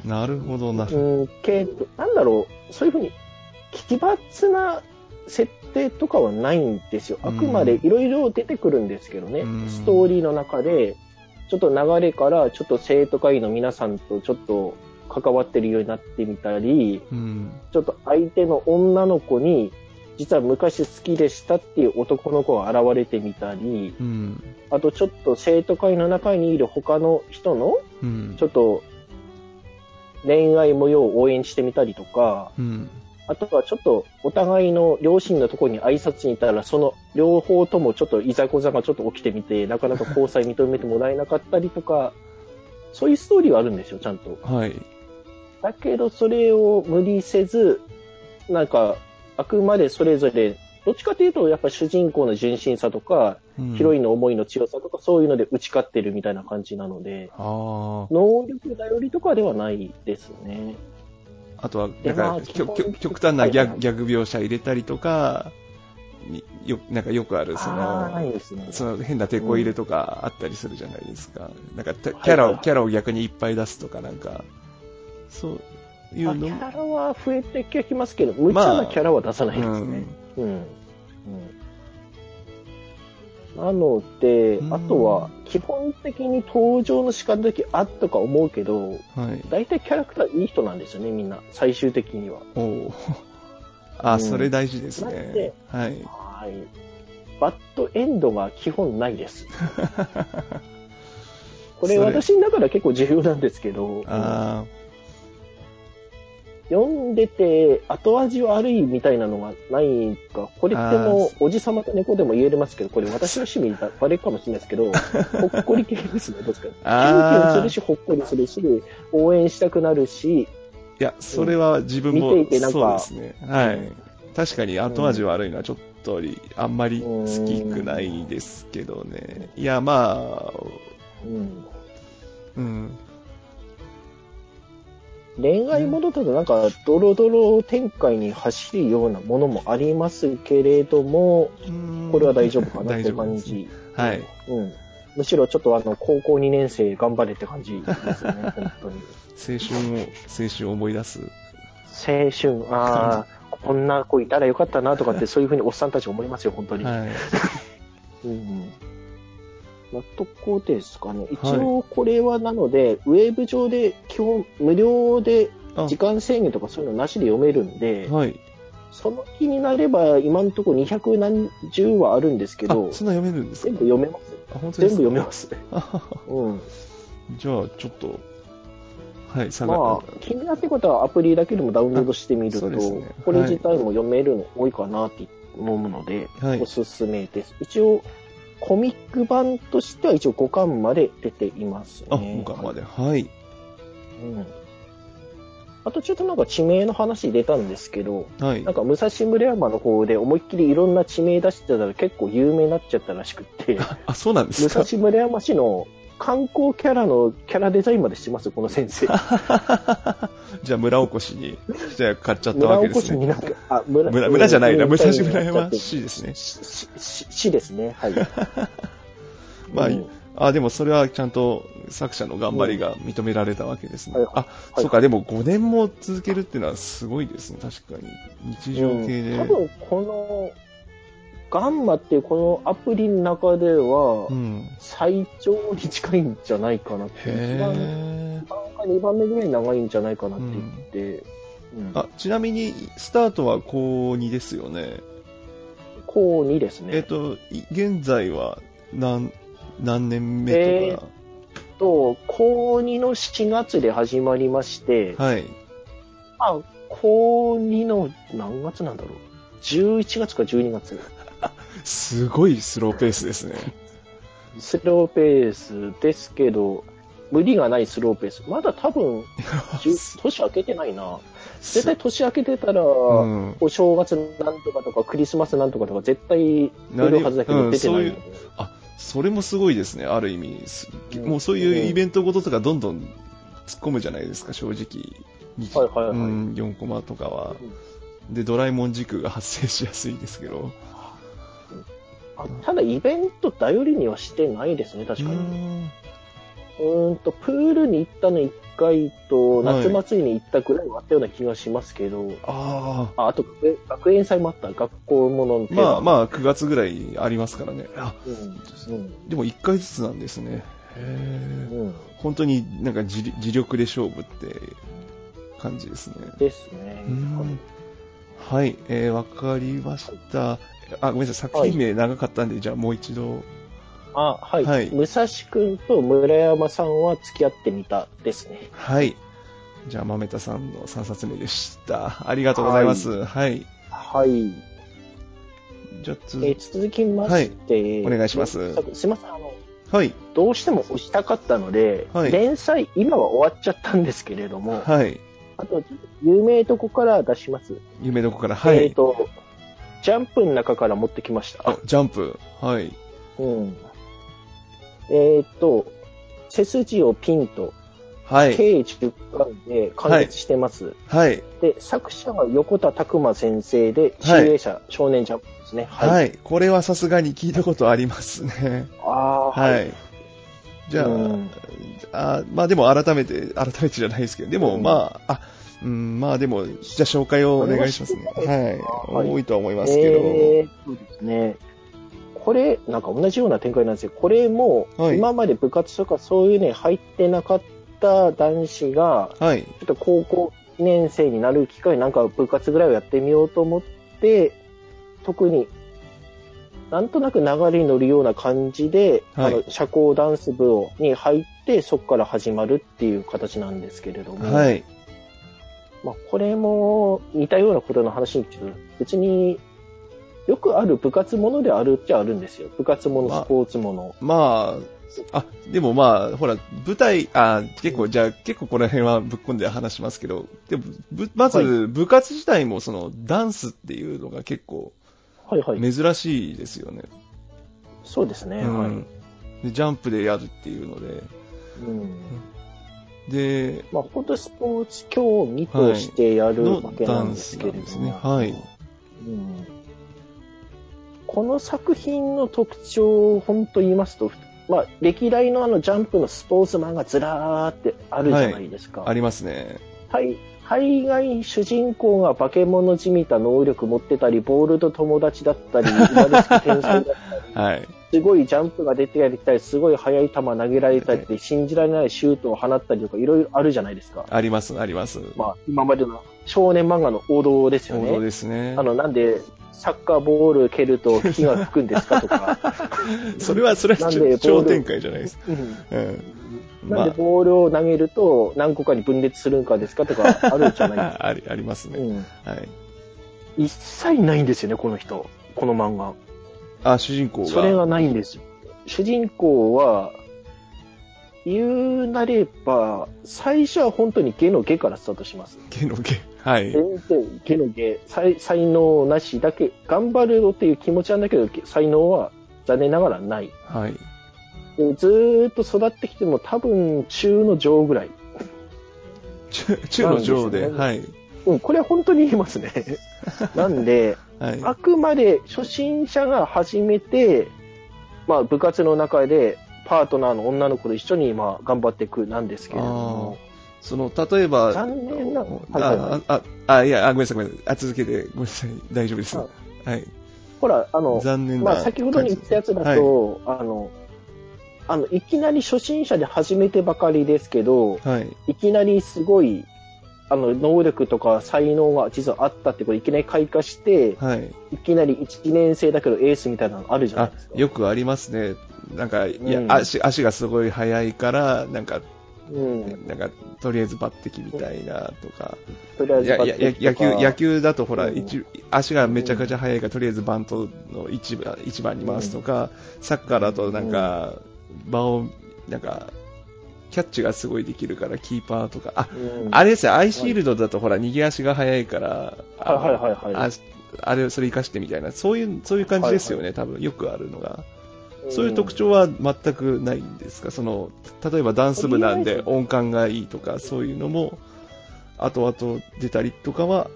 なるほどな。ーうん、けど、なんだろう、そういうふうに、奇抜な設定とかはないんですよ。あくまでいろいろ出てくるんですけどね、うんストーリーの中で、ちょっと流れから、ちょっと生徒会の皆さんとちょっと関わってるようになってみたり、うん、ちょっと相手の女の子に、実は昔好きでしたっていう男の子が現れてみたり、うん、あとちょっと生徒会の中にいる他の人のうんちょ、っと、恋愛模様を応援してみたりとか、うん、あとはちょっとお互いの両親のところに挨拶に行ったら、その両方ともちょっといざこざがちょっと起きてみて、なかなか交際認めてもらえなかったりとか、そういうストーリーはあるんですよ、ちゃんと。はい。だけど、それを無理せず、なんか、あくまでそれぞれ、どっちかというと、やっぱ主人公の純真さとか、うんヒロインの思いの強さとか、そういうので打ち勝ってるみたいな感じなので、ああ。能力頼りとかではないですね。あとは、なでんまかあ、きょ基本きょ極端なギャはグいギャグ描写入れたりとか、によなんかよくある、そあーないの、ですね。その変な抵抗入れとかあったりするじゃないですか。なんかた、はいキャラを、キャラを逆にいっぱい出すとか、なんか、そういまあうキのャラは増えてきますけど、無茶なキャラは出さないですね。うん。うんなので、うんあとは、基本的に登場の仕方だけあっとか思うけど、うん。はい。大体キャラクターいい人なんですよね、みんな。最終的には。おお。あ、うんそれ大事ですなんね。ではい。はい。バッドエンドが基本ない です。これそれ私の中では結構重要なんですけど、あ読んでて後味悪いみたいなのがないか、これってもうおじさまと猫でも言えれますけど、これ私の趣味だ悪いかもしれないです けど、ほっこり系ですね、どっちか。キュンキュンあーするし、ほっこりするし、応援したくなるし、あ。いや、それは自分も、見ていてなんかそうですね。はい。確かに後味悪いのはちょっとりあんまり好きくないですけどね。いや、まあ、うんうん。恋愛ものとかなんかドロドロ展開に走るようなものもありますけれども、これは大丈夫かなって感ですねじ。はい。うん。むしろちょっとあの、高校2年生頑張れって感じです よね、本当に。青春を、青春を思い出す。青春、 ああ、こんな子いたらよかったなとか って、そういうふうにおっさんたち思いますよ、本当に。はい。うんうん。納得ですかね。一応、これはなので、ウェブ上で基本無料であ時間制限とかそういうのなしで読めるんで、はい。その気になれば、今のところ200何十はあるんですけあ、そど、んな読めるんですか全部読めます。あ、本当全で部す読め ます。かうん。じゃあ、ちょっと、はい、下がまあ、気になってことはアプリだけでもダウンロードしてみるあそと、うですねこれ自体も読めるの多いかなって思うので、はいおすすめです。一応、コミック版としては一応5巻まで出ていますね。あ、今回まで。はい。うん。あとちょっとなんか地名の話出たんですけど、はいな。んか武蔵村山の方で思いっきりいろんな地名出してたら結構有名になっちゃったらしくって、 あ、そうなんです武か蔵村山市の観光キャラのキャラデザインまでしてますよ、この先 生。じゃあ、村おこしに、じゃあ、買っちゃった村わけおでこすしにね。なんか、あ、村 村、村じゃないな、うん武蔵村ちょっ山と市ですね。ししし市ですね、はい。 まあうんあ、でもそれはちゃんと作者の頑張りが認められたわけですねはい。あ、そうか、でも5年も続けるっていうのはすごいですね、確かに。日常系うんで多。分この、ガンマっていうこのアプリの中ではう、ん。最長に近いんじゃないかなって、一番、へえ。 1か2番目ぐらい長いんじゃないかなって言って、うんあ、ちなみに、スタートは高2ですよね。高2ですえっね。と、い現在は何、何年目とか。と、高2の7月で始まりまして、はい。まあ、高2の何月なんだろう。11月か12月。すごいスローペースですね。スローペースですけど、無理がないスローペース。まだ多 分、じゅ年明けてないな。絶対年明けてたら、うんお正月なんとかとか、クリスマスなんとかとか、絶対出るはずだけなど、り出てないうので、んそれもすごいですね、ある意味。すうんもうそういうイベントごととかどんどん突っ込むじゃないですか、正直。にはいはいはいうん、4コマとかは。で、ドラえもん時空が発生しやすいですけど。あただ、イベント頼りにはしてないですね、確かうに。ーんうーんと、プールに行ったの1回と、はい夏祭りに行ったぐらいはあったような気がしますけど、あああと学園、学園祭もあった、学校もののあ。テーまあマ。まあ、9月ぐらいありますからね。あ、うん、うんでも1回ずつなんですね。へえ。うん本当になんか自力自力で勝負って感じですね。ですね。うんはい、えーわかりました。あ、ごめんなさい、作品名長かったんで、じゃあもう一度。あ、はい。はい武蔵くんと村山さんは付き合ってみたですね。はい。じゃあ、まめたさんの3冊目でした。ありがとうございます。はい。はい。じゃあ、つ、えー続きまして、はいお願いします作すいません、あの、はい。どうしても押したかったので、はい連載、今は終わっちゃったんですけれども、はい。あと、有名とこから出します。夢どこから、はえっ、い。と、ジャンプの中から持ってきましたあ。、ジャンプ。はい。うん。えっ、と、背筋をピンと、はい。計10巻で完結してます。はい。で、作者は横田拓馬先生で、はい集英社、少年ジャンプですね。。はいい。これはさすがに聞いたことありますね。ああー、はい。じゃあ、うんあまあでも改めて、改めてじゃないですけど、でもうんまあ、あ、うん、まあでも、じゃあ紹介をお願いしますね。おはい。はい多いとは思いますけど。えーそうですね。これ、なんか同じような展開なんですよ。これも、はい今まで部活とかそういうね、入ってなかった男子が、はい。ちょっと高校1年生になる機会、なんか部活ぐらいをやってみようと思って、特に、なんとなく流れに乗るような感じで、はいあの社交ダンス部をに入って、そこから始まるっていう形なんですけれども、はい。まあ、これも似たようなことの話にちょっと別によくある部活ものであるっちゃあるんですよ。部活もまあの、スポーツもの。まあ、あ、でもまあ、ほら、舞台、あ、結構、じゃあ、結構この辺はぶっ込んで話しますけど、でも、ぶまはず、部活自体も、その、ダンスっていうのが結構、はいはい。珍しいですよね。そうですね。うんはい。でジャンプでやるっていうので、うんで、まあ、本当にスポーツ興味としてやるのわけダなんンですスけなれどんも。ですね。はい。うんこの作品の特徴を本当言いますと、まあ、歴代のあのジャンプのスポーツ漫画ずらーってあるじゃないですか。ありますね。はい、大概主人公が化け物じみた能力持ってたり、ボールと友達だったり、生まれつき天才だはい。すごいジャンプが出てやりたり、すごい速い球投げられたりって、信じられないシュートを放ったりとか、いろいろあるじゃないですか。あります、あります。まあ、今までの少年漫画の王道ですよ王道ね。ですねあ。の、なんで、サッカーボール蹴ると火が吹くんですかとか、それは、それはなんでボール超展開じゃないです。 うんうん。なんでボールを投げると何個かに分裂するんかですかとか、ある じゃないであ、 あり、ありますすか。ね。うんはい。一切ないんですよね、この人。この漫画。あ、主人公が。それがないんですよ。主人公は、言うなれば、最初は本当にゲのゲからスタートします。ゲのゲ。 はい。全然ゲのゲ、才才能なしだけ、頑張るよっていう気持ちなんだけど、才能は残念ながらない。はい。でずーっと育ってきても多分中の上ぐらい。中、中の上で。なんですねはい。うん、これは本当に言いますね。なんで、はい。あくまで初心者が初めて、まあ、部活の中でパートナーの女の子と一緒にまあ頑張っていくなんですけれども、その、例えば、あ残念な、はいはいはいあ、あ、あ、いや、あごめんなさい、ごめんなさい。あ、続けて、ごめんなさい。 大丈夫です。ははい。ほら、あの、残念なま感あ、じ。先ほどに言ったやつだと、あの、あの、いきなり初心者で始めてばかりですけど、はい。いきなりすごい、あの、能力とか才能が実はあったってこと、いきなり開花して、はい。いきなり1年生だけどエースみたいなのあるじゃないあですか。、よくありますね。なんか、いや、うん足、足がすごい速いから、なんか、うん。なんか、とりあえず抜擢みたいな、とか。とりあえいずやバいッやテリーとか、野球野球だとほら、うん一足がめちゃくちゃ速いから、とりあえずバントの一番一番に回すとか、サッカーだとなんか、場をなんかキャッチがすごいできるからキーパーとかあ、うんあれですよアイシールドだとほら逃げ足が速いから、あのはいはいはいはあいあれそれ生かしてみたいなそういうそういう感じですよね、多分よくあるのが。そういう特徴は全くないんですか、その例えばダンス部なんで音感がいいとか、そういうのも後々出たりとかは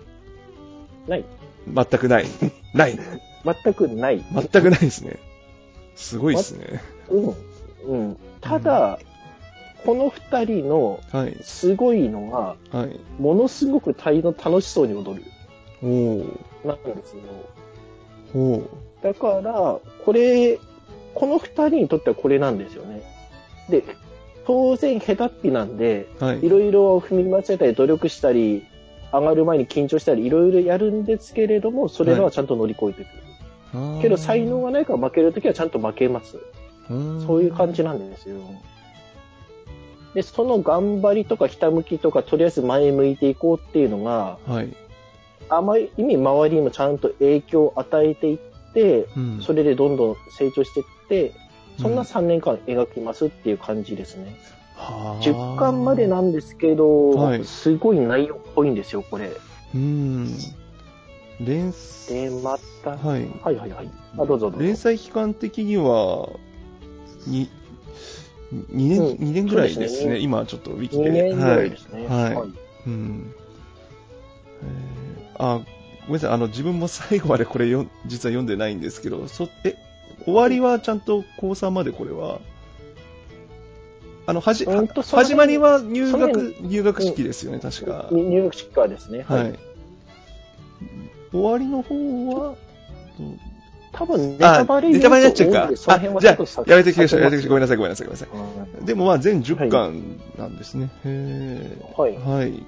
ない。全くない、 ない、全くない。全くないですね、すごいですね、うん。うん。ただ、この二人のはい、すごいのが、はい、ものすごくたいの楽しそうに踊る。おー、なんですよ。おー、だから、これ、この二人にとってはこれなんですよね。で、当然、下手っぴなんで、はいい、ろいろ踏み間違えたり、努力したり、上がる前に緊張したり、いろいろやるんですけれども、それらはちゃんと乗り越えていくる。あーけど、才能がないから負けるときはちゃんと負けます。うんそういう感じなんですよ。で、その頑張りとかひたむきとか、とりあえず前向いていこうっていうのが、はい。あまり意味周りにもちゃんと影響を与えていって、うんそれでどんどん成長していって、そんな3年間描きますっていう感じですね。はあ10巻までなんですけど、はいすごい内容っぽいんですよ、これ。うん。連載、で、また、はい、はい。はいはいはいあ、どうぞどうぞ。連載期間的には、に、2年、うん二年ぐらいですそうね。ですね今ちょっとウィキ2で。年ぐらいですね。はい。はいうん。えーあ、ごめんなさい。あの、自分も最後までこれよ、実は読んでないんですけど、そ、え、終わりはちゃんと高3までこれは、あの、はじ、うはんとその始まりは入その学、入学式ですよね、確か。に入学式からですね。はい。終わりの方は、多分ネタバレネタバレになっちゃう言かと多いんで。その辺あ、はじちょっゃとあ避、けやめてください。避やけめてまください。ごめんなさい、ごめんなさい、ごめんなさすい。でもまあ、全10い巻なんですね。へはいえ。。はい。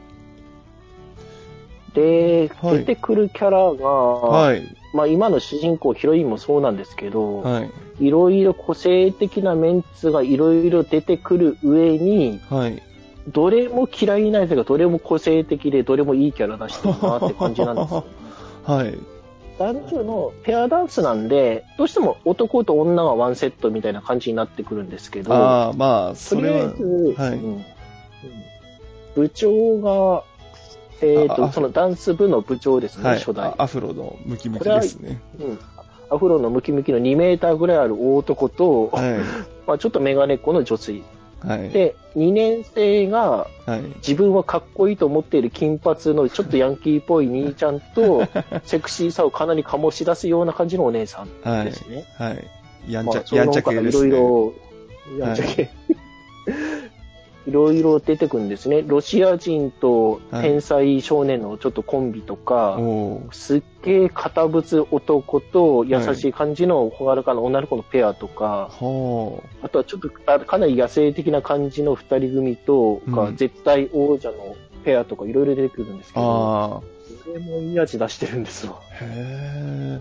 で、はい出てくるキャラが、はい。まあ今の主人公、ヒロインもそうなんですけど、はい。いろいろ個性的なメンツがいろいろ出てくる上に、はい。どれも嫌いなんですが、どれも個性的で、どれもいいキャラ出してるなって感じなんです よ。はい。男女のペアダンスなんで、どうしても男と女はワンセットみたいな感じになってくるんですけど、ああ、まあ、とそりれあえはず、、はいうん部長が、えっ、ああと、そのダンス部の部長ですね、はい。初代あ。アフロのムキムキですね。うんアフロのムキムキの2メーターぐらいある大男と、はまあ、ちょっとメガネっ子の女性。い。はい。で、2年生がはい。自分はかっこいいと思っている金髪のちょっとヤンキーっぽい兄ちゃ んと、セクシーさをかなり醸し出すような感じのお姉さんはですね。い。はい。やんまちあゃ、やんちゃ系でそすの他いね。ろいろ、やんちゃ系。いろいろ出てくるんですね。ロシア人と天才少年のちょっとコンビとか、おおすっげえ堅物男と優しい感じの朗らかな女の子のペアとか、はあとはちょっとあかなり野生的な感じの二人組とか、うん絶対王者のペアとかいろいろ出てくるんですけど、あ。ああ。それもいい味出してるんですわ。へえ。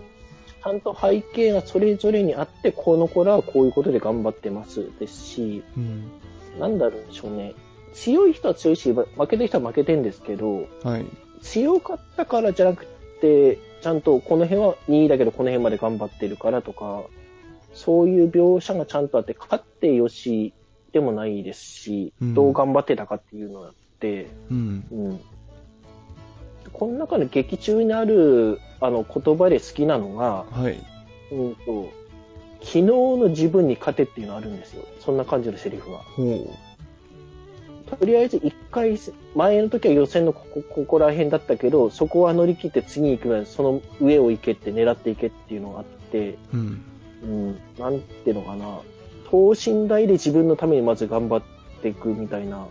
ちゃんと背景がそれぞれにあって、この子らはこういうことで頑張ってますですし、うん。なんだろうでしょうね。強い人は強いし、負けてる人は負けてるんですけど、はい。強かったからじゃなくて、ちゃんとこの辺は2位だけどこの辺まで頑張ってるからとか、そういう描写がちゃんとあって、勝ってよしでもないですし、うんどう頑張ってたかっていうのがあって、うん。うん。この中の劇中にあるあの言葉で好きなのが、はい。うんと、昨日の自分に勝てっていうのあるんですよ。そんな感じのセリフが。ほとりあえず一回せ、前の時は予選のここここら辺だったけど、そこは乗り切って次行くまで、その上を行けって狙っていけっていうのがあって、う。うん。うん、なんていうのかな、等身大で自分のためにまず頑張っていくみたいな、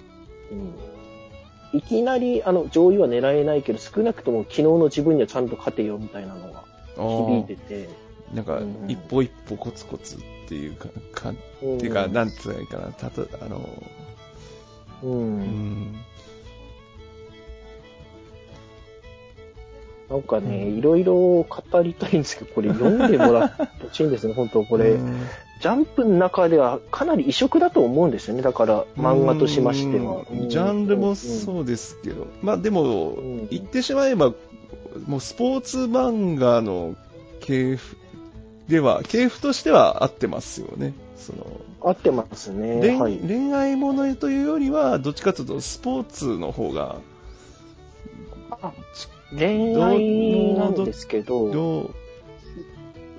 うん、いきなりあの上位は狙えないけど、少なくとも昨日の自分にはちゃんと勝てよみたいなのがあ響いーてて、なんかう、ん一歩一歩コツコツっていうか、かっうん、ていうか、なんつうかな、たと、あの、うんうん。なんかね、うんいろいろ語りたいんですけど、これ読んでもらってほしいんですね、本当これ。うんジャンプの中ではかなり異色だと思うんですよね、だから漫画としましては。うんジャンルもうん。そうですけど、まあでも、ん言ってしまえば、もうスポーツ漫画の系譜では、系譜としては合ってますよね。その、合ってますね。恋はい。恋愛ものというよりは、どっちかというとスポーツの方が、恋愛なんですけど、うど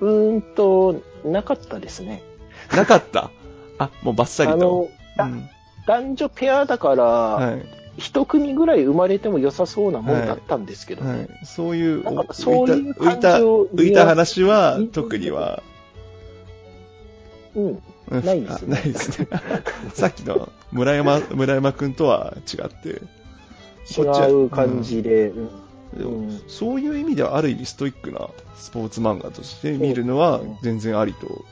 ーんと、なかったですね。う、なかった。あ、もうバッサリあと。の、だうん男女ペアだから、はい。一組ぐらい生まれても良さそうなもんだったんですけどね。はい。そういう、なんか浮そういうい感た、情浮いた、浮いた話は、特には、うん。うんないですねあないですね。 さっきの村山、村山くんとは違って。違う感じで。うんでもうんそういう意味ではある意味ストイックなスポーツ漫画として見るのは全然ありと。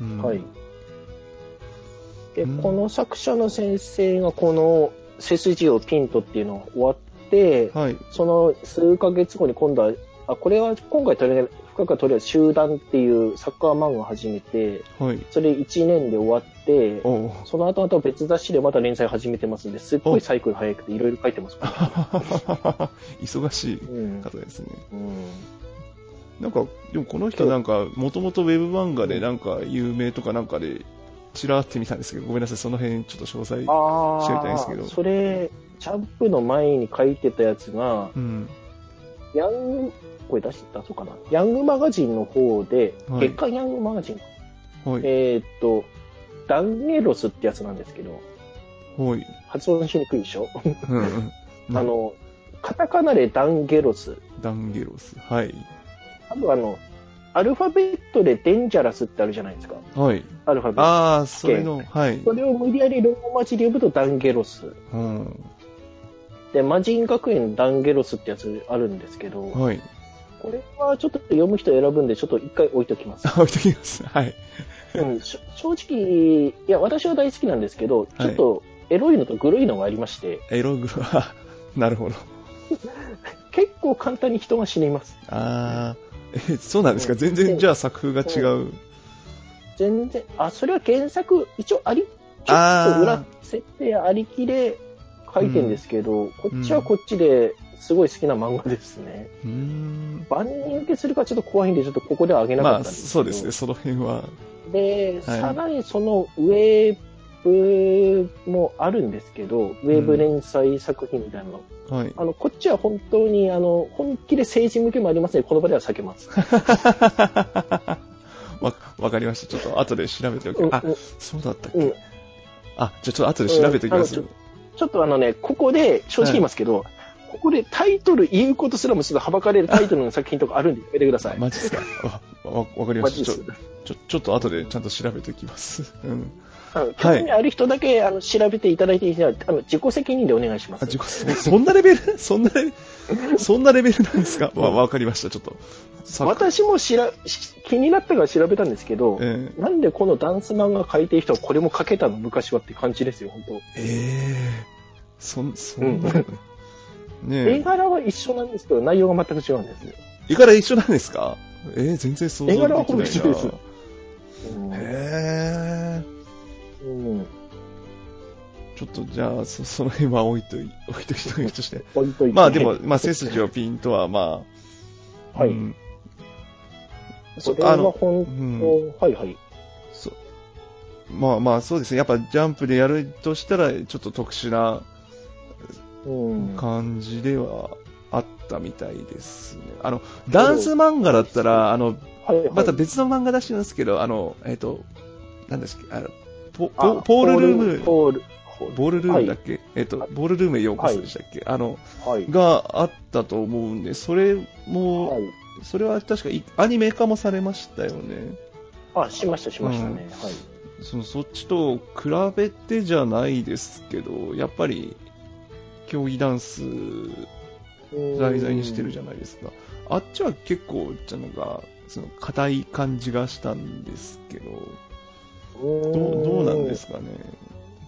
うんうんはい。。で、うんこの作者の先生がこの背筋をピンとっていうのが終わって、はい。その数ヶ月後に今度はあ、これは今回取り上げ、深くは取り上げ、集団っていうサッカー漫画を始めて、はい。それ1年で終わって、おう その後々別雑誌でまた連載始めてますんで、すっごいサイクル早くていろいろ書いてますから。忙しいうん。方ですね。うんなんか、でもこの人なんか、もともとウェブ漫画でなんか有名とかなんかで、ちらって見たんですけど、ごめんなさい、その辺ちょっと詳細。あ知りたいんですけどそれ、ジャンプの前に書いてたやつが、うん。ヤング、これ出し、出そうかな。ヤングマガジンの方で、はい月刊ヤングマガジン。はい。えーっと、ダンゲロスってやつなんですけど、はい。発音しにくいでしょうんうん。あの、カタカナでダンゲロス。ダンゲロス。はい。多分あの、アルファベットでデンジャラスってあるじゃないですか。はい。アルファベット。ああ、それの、はい。それを無理やりローマ字で呼ぶとダンゲロス。うん。で、魔人学園ダンゲロスってやつあるんですけど、はい。 これはちょっと読む人選ぶんで、ちょっと一回置いときます。あ置いときます。はい。うん、しょ正直、いや、私は大好きなんですけど、はいちょっとエロいのとグロいのがありまして、エログロは、 なるほど。結構簡単に人が死にます。ああ、え、そうなんですか全然、じゃあ作風が違う。全然、あ、それは原作、一応あり、ちょっと裏あ、設定ありきで書いてんですけど、こっちはこっちですごい好きな漫画ですねあ。、うーん。万人受けするかちょっと怖いんで、ちょっとここではあげなかまっあ、たんですけど。そうですね、その辺は。で、はいさらにそのウェーブもあるんですけど、ウェーブ連載作品みたいなの。はい。 あの、こっちは本当に、あの、本気で政治向けもありますね。この場では避 けます。わ、わかりました。ちょっと後で調べておきうんあうん、そうだったっけ、うんあ、じゃあちょっと後で調べておきます。うんちょっとあのね、ここで、正直言いますけど、ここでタイトル言うことすらもちょっとはばかれるタイトルの作品とかあるんで、やめてください。マジですかわ、わわかりまマしジた。でちすょ、ちょ、ちょっと後でちゃんと調べておきます。うん。あの興味ある人だけ、あの、調べていただいていいですかあの、自己責任でお願いしまあ、す。自己、そそんなレベルそんなレベルそんなレベルなんですかわ、わかりました。ちょっと。さ私もしら、し気になったから調べたんですけど、えーなんでこのダンス漫画描いてる人はこれも描けたの昔はって感じですよ、本当。えー、そん、そんな、ね絵え。柄は一緒なんですけど、内容が全く違うんですよ。絵柄一緒なんですかえー、全然想像できないな。絵柄はほぼ一緒ですうんへーうん。ちょっとじゃあ、そその辺は置いとい、置いときといてして。ポイントまあでも、まあ背筋をピンとは、まあ、はいうんそそれあはの、本うん当、はいはい。そう。まあまあそうですね。やっぱジャンプでやるとしたら、ちょっと特殊なうん。感じではあったみたいですね。あの、ダンス漫画だったら、あの、はいはいまた別の漫画出してるんですけど、あの、えっ、と、なんですか、あの、ポあポポールルーム、ポール、ポールボールルームだっけ、えっ、と、ボールルームへようこそでしたっけ、あの、はい。があったと思うんで、それも、はい。それは確かいアニメ化もされましたよね。あ、しました、しましたね。はい。そのそっちと比べてじゃないですけど、やっぱり、競技ダンス題材にしてるじゃゃないですか。あっちは結構、じゃなんか、その、硬い感じがしたんですけど、ん。どどうどうなんですかね。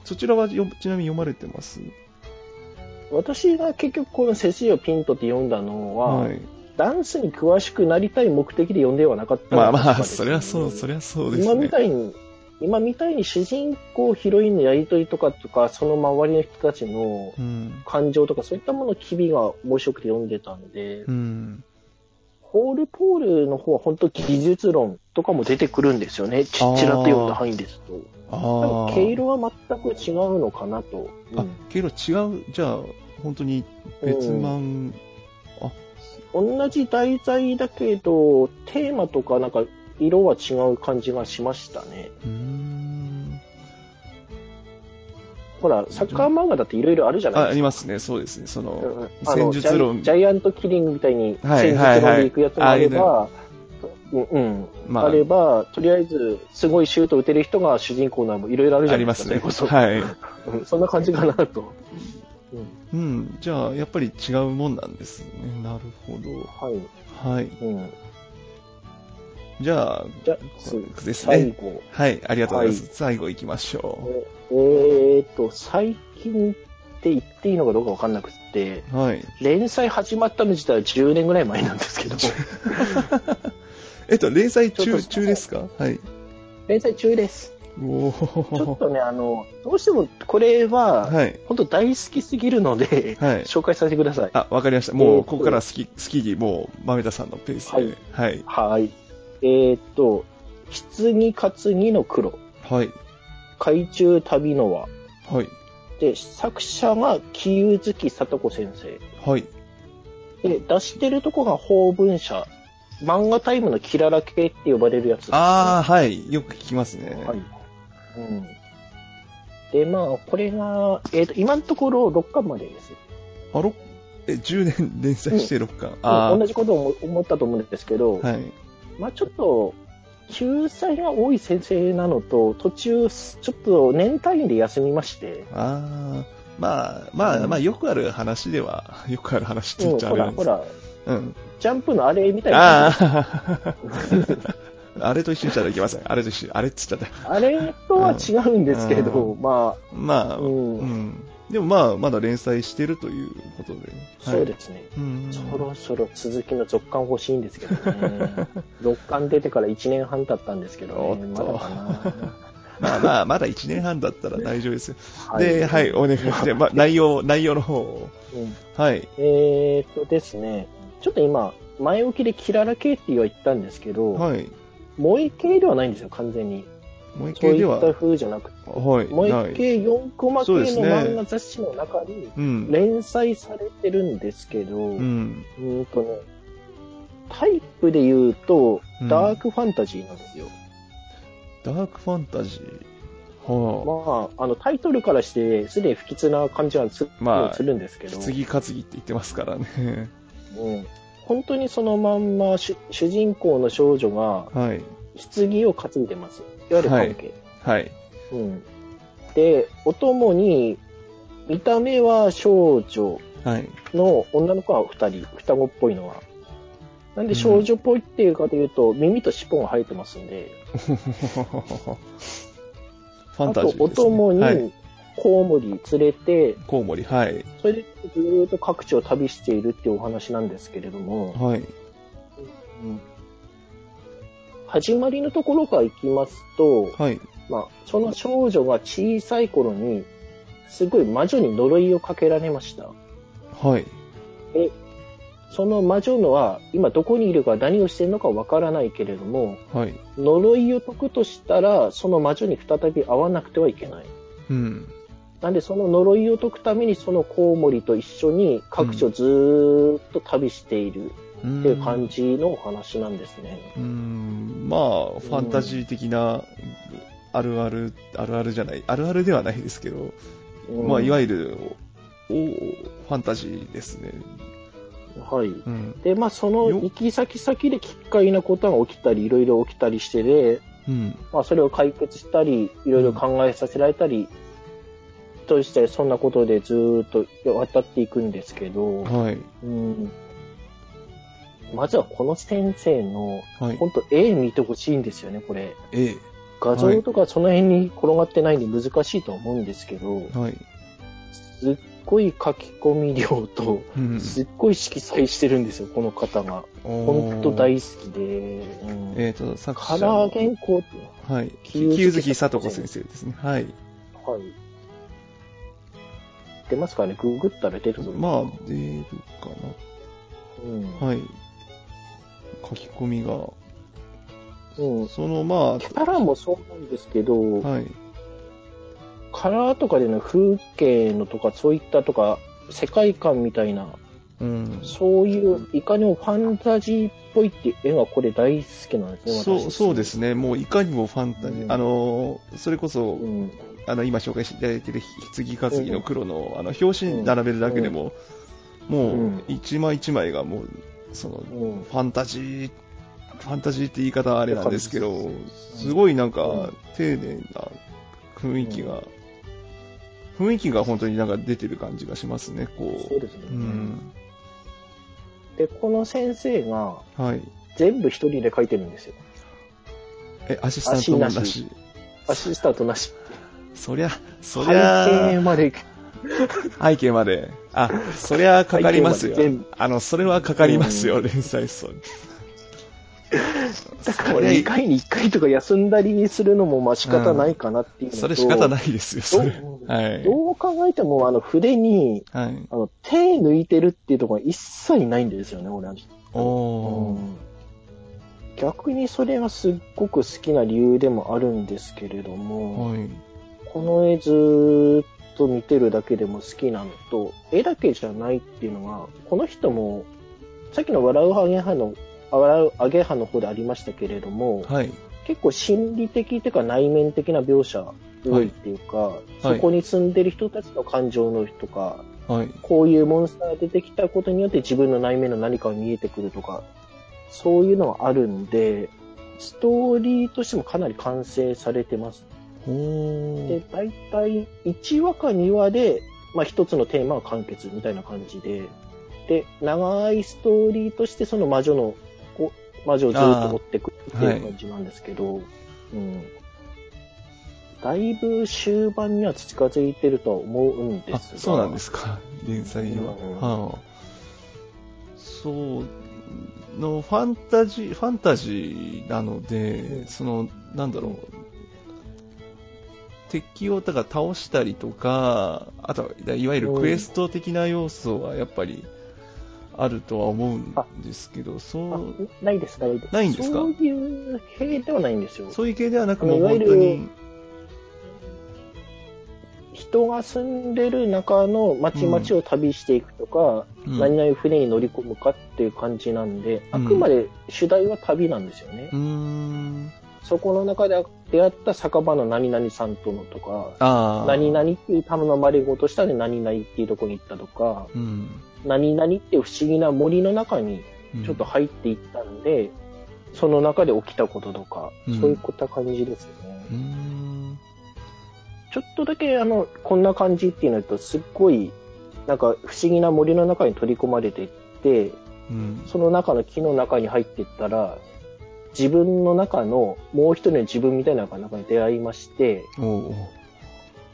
そちらはよちなみに読まれてます私が結局この「セシをピント」って読んだのは、はい。ダンスに詳しくなりたい目的で読んではなかったまあのがまあ、確かで すそねれはそう、それはそうですね。今みたいに、今みたいに主人公、ヒロインのやりとりとかとか、その周りの人たちのうん。感情とか、そういったものの機微が面白くて読んでたんで、うん。ホールポールの方は本当技術論とかも出てくるんですよね。ちちらっと読んだ範囲ですと。ああ。毛色は全く違うのかなと。あ、毛色違う。じゃあ、本当に別漫、うん同じ題材だけど、テーマとかなんか色は違う感じがしましたね。うーん。ほら、サッカー漫画だっていろいろあるじゃないあ、であすかりますね。そうですね。その、あの戦術論ジャイジャイアントキリングみたいにはい戦術論でいくやつもあれば、はうんうんまあ、あれば、とりあえず、すごいシュート打てる人が主人公なのもいろいろあるじあゃなりいでますすか。ね。それこはい。そうんそんな感じかなと。うん。じゃあ、やっぱり違うもんなんですね。なるほど。はい。はい。うん、じゃあ、じゃあそうです最ね。後。はい。ありがとうございます。最後行きましょえーっと、最近って言っていいのかどうかわかんなくって、はい。連載始まったの自体は10年ぐらい前なんで すけど、えっと、連載ちょっ中、と中ですかはい。連載中です。おちょっーとね、あの、どうしてもこれは、はい。本当大好きすぎるので、はい紹介させてください。あ、わかりました。えもーう、ここからスキ、スキーに、もう、豆田さんのペースで。はい。はい。えーっと、棺担ぎの黒、はい。海中旅の輪。はい。で、作者が清月里子先生。はい。で、出してるとこが法文社。漫画タイムのキララ系って呼ばれるやつ、あー、はい。よく聞きますね。はい。うん。で、まあ、これが、えーっ、と、今のところ6巻までです。あろえ、10年連載して6巻。あ同ー。じことを思思ったと思うんですけど、はい。まあちょっと、救済が多い先生なのと、途中、ちょっと年単位で休みまして、あー。まあ、まあ、まあ、よくある話では、よくある話って言うっん、ちゃあほれら、なんでほすけどら、うん。ジャンプのあれみたいな。あああ。 あれと一緒にしちゃいけません。あれと一緒、あれっつっちゃった。れとは違うんですけど、うままあ、あ、う。うんん、でもまあ、まだ連載してるということで。そうす。ですね。うん。そろそろ続きの続巻欲しいんですけど ね。6巻出てから1年半経ったんですけど、ね、おっまとだかな。まあまあ、まだ1年半だったら大丈夫ですよ。はいで、はい、お願いして、まあ、内容、内容の方を。うんはい。えー、っとですね、ちょっと今、前置きでキララ系って言ったんですけど、はい。萌え系ではないんですよ、完全に。もう一そう回いでっは。た風じゃなくて。はい。萌なえい。系4コマ系そうのですね漫画雑誌の中にうん。連載されてるんですけど、ううんん。ーんとね、タイプで言うとうん、ダークファンタジーなんですよ。ダークファンタジー。はまあ、あの、タイトルからして、すでに不吉な感じはす,、まあするんですけあ。ど、次担ぎって言ってますからね。うん、本当にそのまんま主、主人公の少女が、はい。棺を担いでます。いわゆる関係。はい。うん、で、お供に、見た目は少女はい。の女の子は2人、双子っぽいのは。なんで少女っぽいっていうかというと、耳と尻尾が生えてますんで、 ファンあタジーでとす、ね。お供はい、にコウモリ連れて、コウモリ、はい。それでずーっと各地を旅しているっていうお話なんですけれども、はい。始まりのところから行きますと、はい。まあ、その少女が小さい頃に、すごい魔女に呪いをかけられました。はい。その魔女のは、今どこにいるか何をしてるのかわからないけれども、はい。呪いを解くとしたら、その魔女に再び会わなくてはいけない。うん。なんで、その呪いを解くために、そのコウモリと一緒に各地をずーっと旅しているっっていう感。じのお話なんですね。うん。まあ、ファンタジー的な、あるある、あるあるじゃない、あるあるではないですけど、まあ、いわゆゆる、おおファンタジーですね。る。はい。うん。で、まあ、そのよ行き先々で奇怪なことが起きたり、いろいろ起きたりしてで、うん。まあ、それを解決したり、いろいろ考えさせられたり、として、そんなことでずーっと渡っていくんですけど、はい。うんまずはこの先生の、はいほ。んと絵見てほしいんですよね、これ。え画像とかその辺に転がってないんで難しいと思うんですけど、え。はい。すっごい書き込み量と、うん。すっごい色彩してるんですよ、この方が。ほんと大事。好きで。うんえっ、と、作カ者ラの。ー原稿っていうのはい。清清月月聡聡子子先先生ですね。はい。は、はい。出ますからね、ググったら出るぞ。まあ、出るかな。うん。はい。書き込みが。うん。その、まキャラもそうなんですけど、あ、はい。カラーとかでの風景のとか、そういったとか、世界観みたいな、うん。そういう、いかにもファンタジーっぽいっていう絵がこれ大好きなんですね、そう、そうでね。すね。もういかにもファンタジー。うんあの、それこそう、ん。あの、今紹介していただいてる、棺担ぎの黒の、あの、表紙に並べるだけでも、もう、うん一枚一枚がもう、その、うん。ファンタジー、ファンタジーって言い方はあれなんですけうどん、すごいなんうかん、丁寧な雰囲気が、雰囲気が本当になんか出てる感じがしますね、こそうですね。う。うん。で、この先生がはい。全部一人で描いてるんですよ。え、アシスタントもな足なし。アシスタントなし。そりゃ、そ背りゃ、景まで背景まで。あ、そりゃかかりますよ背景まで全部。あの、それはかかりますよ、連載数。だから2回に1回とか休んだりするのもまあ仕方ないかなっていうのと、それ仕方ないですよ、それ。どうはい。どう考えてもあの筆にはい。あの手抜いてるっていうところが一切ないんですよね、俺は。おー。逆にそれがすっごく好きな理由でもあるんですけれども、はい。この絵ずーっと見てるだけでも好きなのと、絵だけじゃないっていうのが、この人も、さっきの笑うアゲハの、笑うアゲハの方でありましたけれども、はい。結構心理的というか内面的な描写多いっていうか、はいそこに住んでる人たちの感情のとか、はい。こういうモンスターが出てきたことによって自分の内面の何かが見えてくるとか、そういうのはあるんで、ストーリーとしてもかなり完成されてます。おでー。、大体1話か2話で、まあ一つのテーマは完結みたいな感じで、で、長いストーリーとしてその魔女の、こう魔女をずっと追ってくっていう感じなんですけど、うん。だいぶ終盤には近づいてるとは思うんであ、すが。そうなんですか、連載は。うんはあ、そう、の、ファンタジー、ファンタジーなのうで、んその、なんだろう。うん敵をだから倒したりとか、あとはいわゆるクエスト的な要素はやっぱりあるとは思うんですけど、そう、あないです、ないです。ないんですかそういう系ではないんですよ。そういう系ではなくもういわ本ゆる当に、人が住んでる中の町々を旅していくとか、うん何々船に乗り込むかっていう感じなんで、うんあくまで主題は旅なんですよね。うーん、そこの中で出会った酒場の何々さんとのとか、ああ、何々っていう頼まれ事したんで何々っていうとこに行ったとか、うん、何々っていう不思議な森の中にうんちょっと入っていったんで、その中で起きたこととか、うんそういった感じですね。うーん、ちょっとだけあの、こんな感じっていうのと、すっごい、なんか不思議な森の中に取り込まれていって、うん、その中の木の中に入っていったら、自分の中のもう一人の自分みたいなのが中に出会いまして、おうおう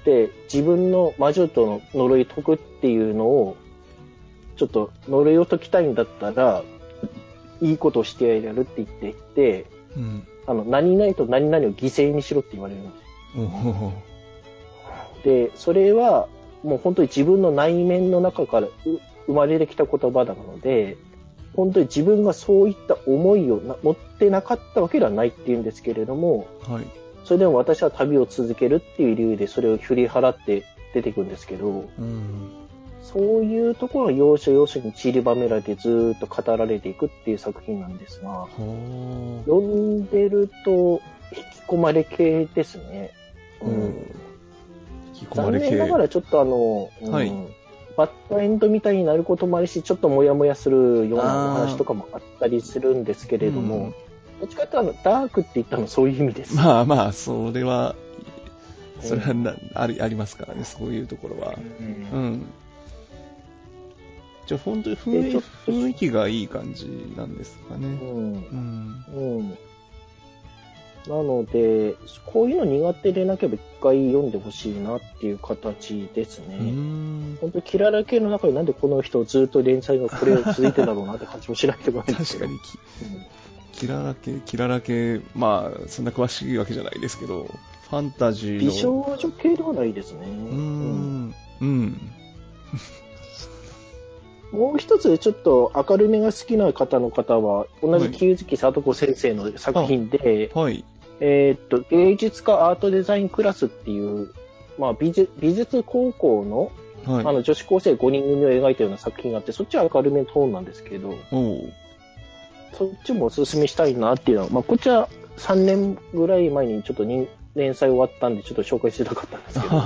で、自分の魔女との呪い解くっていうのを、ちょっと呪いを解きたいんだったら、いいことをしてやるって言っていて、うん、あの、何々と何々を犠牲にしろって言われるんです。おうおうで、それはもう本当に自分の内面の中からう生まれてきた言葉なので、本当に自分がそういった思いをな持ってなかったわけではないっていうんですけれども、はい。それでも私は旅を続けるっていう理由でそれを振り払って出てくるんですけど、うん。そういうところが要所要所に散りばめられてずーっと語られていくっていう作品なんですが、ほ読んでると引き込まれ系ですね。ー。うん。引き込ま残れ系。念ながらちょっとあの、うんはいバッドエンドみたいになることもあるし、ちょっとモヤモヤするようなおあー話とかもあったりするんですけれどうもん、どっちかっていうとあのダークって言ったのそういう意味です。まあまあ、それは、それはな、あり、ありますからね、そういうところはう。うんん。じゃあ、本当に雰で囲ちょっと雰囲気がいい感じなんですかうね。んうん。うんなので、こういうの苦手でなければ一回読んでほしいなっていう形ですうね。ーん。本当にキララ系の中になんでこの人ずっと連載がこれを続いてだろうなって感じもしないとこないんです 確よかに、きキララ系、キララ系、まあ、そんな詳しいわけじゃないですけど、ファンタジうんーの。美少女系ではないですね。うーん。うん。もう一つちょっと明るめが好きな方の方は、同じ清月聡子先生の作品で、はい。えーっと、芸術家アートデザインクラスっていう、まあ美術、美術高校の、はあい。の女子高生5人組を描いたような作品があって、そっちは明るめのトーンなんですけど、お う。そっちもおすすめしたいなっていうのは、まあこっちは3年ぐらい前にちょっとに連載終わったんで、ちょっと紹介してなかったんです けど、うん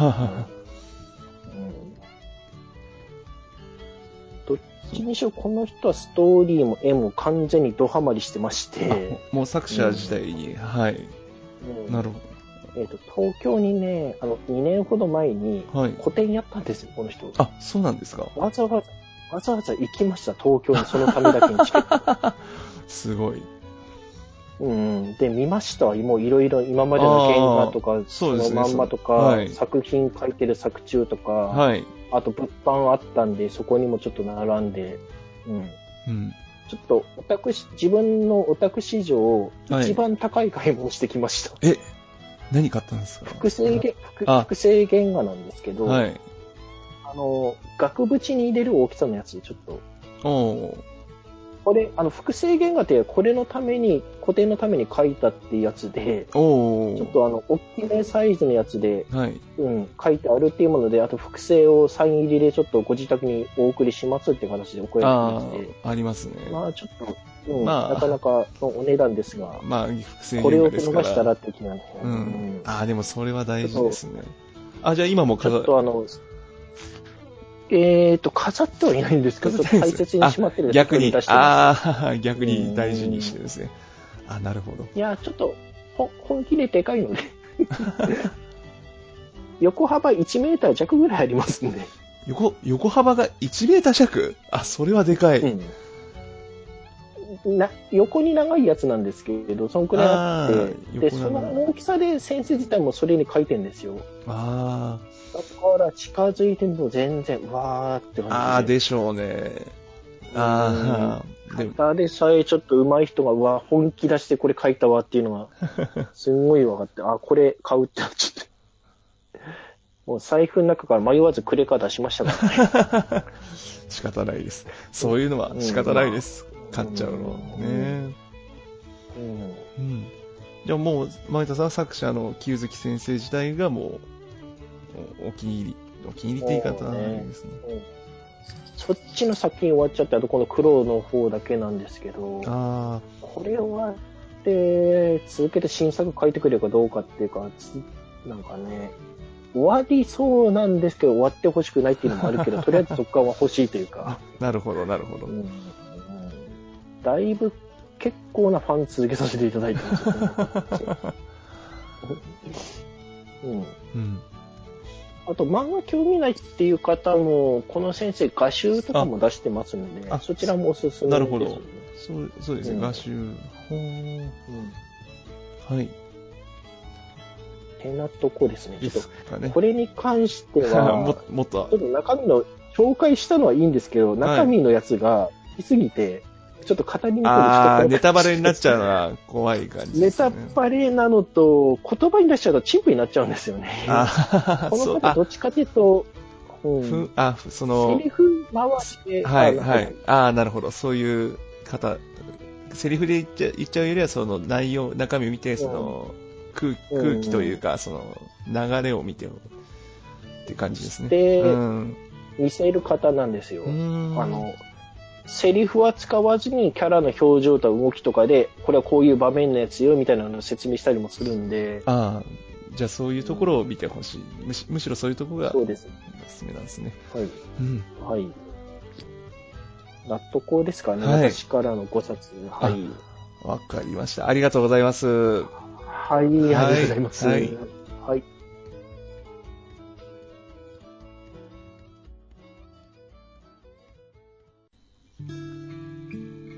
どっちにしろこの人はストーリーも絵も完全にドハマりしてまして、もう作者自体に、はい。うんなるほえーと東京にね、あの2年ほど前にど。はい。個展やったんですよ、この人。あ、そうなんですか。わざわざ、わざわざ行きました、東京にそのためだけにチ ケット。すごい。うん、で、見ましたわ、もういろいろ今までの原画とか、そうですねのまんまとか、はい作品書いてる作中とか、はい。あと物販あったんで、そこにもちょっと並んで、うん。うん。ちょっとオタクし、自分のオタク史上、はい一番高い買い物してきま した。え、何買ったんですか複製げ複あ複製原画なんですけど、はい。あの、額縁に入れる大きさのやつでちょっと、おーこれ、あの、複製原画ってこれのために、固定のために書いたってやつで、おちょっーとあの、大きめサイズのやつで、はい。うん、書いてあるっていうもので、あと複製をサイン入りでちょっとご自宅にお送りしますって形でお声があけてあ、ありますね。まあちょっと、うん、まあなかなかのお値段ですが、まあ、複製これ原画を手です伸かばしたらら。って気なんですよ、うねん。ああ、でもそれは大事ですね。あ、じゃあ今もちょ飾っとあの、えっと、飾ってはいないんですけど、ちょっと大切にしまってる逆に出し、てますああ、 逆に大事にしてですね。あ、なるほど。いや、ちょっと、ほ本気ででかいので。 横幅1メーター弱ぐらいありますんで。横、横幅が1メーター弱あ、それはでかい。うんな横に長いやつなんですけれど、そのくらいあっあて、ーで、横そ長の大きさで先生自体もそれに書いてんですよ。あだから近づいても全然、うわーってあ、ああ、感じで。でしょうね。ああ、でも、ただでさえちょっと上手い人が、うわ、本気出してこれ書いたわっていうの が、すんごい分かって、あ、これ買うってなっちゃって。もう財布の中から迷わずクレカ出しまし たからね。仕方ないです。そういうのは仕方ないです。買っちゃうのはね。うんうん。じゃあもう、前田さんは作者の清月先生自体がもう、おお気に入り、お気に入りって言い方なんですね。うんそっちの作品終わっちゃって、あとこの苦労の方だけなんですけど、あこれ終わって、続けて新作書いてくれるかどうかっていうか、つなんかね、終わりそうなんですけど、終わってほしくないっていうのもあるけど、とりあえずそこは欲しいというか、あ、なるほど、なるほどう。んうんだいぶ結構なファン続けさせていただいてますよねうんうん。あと漫画興味ないっていう方も、この先生、画集とかも出してますので、あそちらもおすすめです、ね。なるほどそうそうですうね、ん画集。ほーうん。はい。てなとこですね。でちょっとす、かねこ。れに関して は、ももっとちょっと中身の、紹介したのはいいんですけど、中身のやつが、いすぎて、ちょっと語りにくいああ、ネタバレになっちゃうのな。は怖い感じでネすね。タバレなのと、言葉に出しちゃうとチンプになっちゃうんですよね。 あーこそのう、方あど、っちかというと、うんふん、あ、ふそセのリ、フ回して、はい、あのはい。ああ、なるほど。そういう方、セリフで言っちゃ言っちゃうよりは、その内容、中身を見て、その、空気うん空気というか、その、流れを見てって感じですね。でうん。似せる方なんですよ。うんあ、の、セリフは使わずにキャラの表情と動きとかで、これはこういう場面のやつよみたいなのを説明したりもするんで、ああ、じゃあそういうところを見てほしい。むしむしろそういうところがそうです。おすすめなんですね。はい。うん。はい。納得ですかね、はい私からの5冊。はい。わかりました。ありがとうございます。はい、ありがとうございます。ははいい。はい。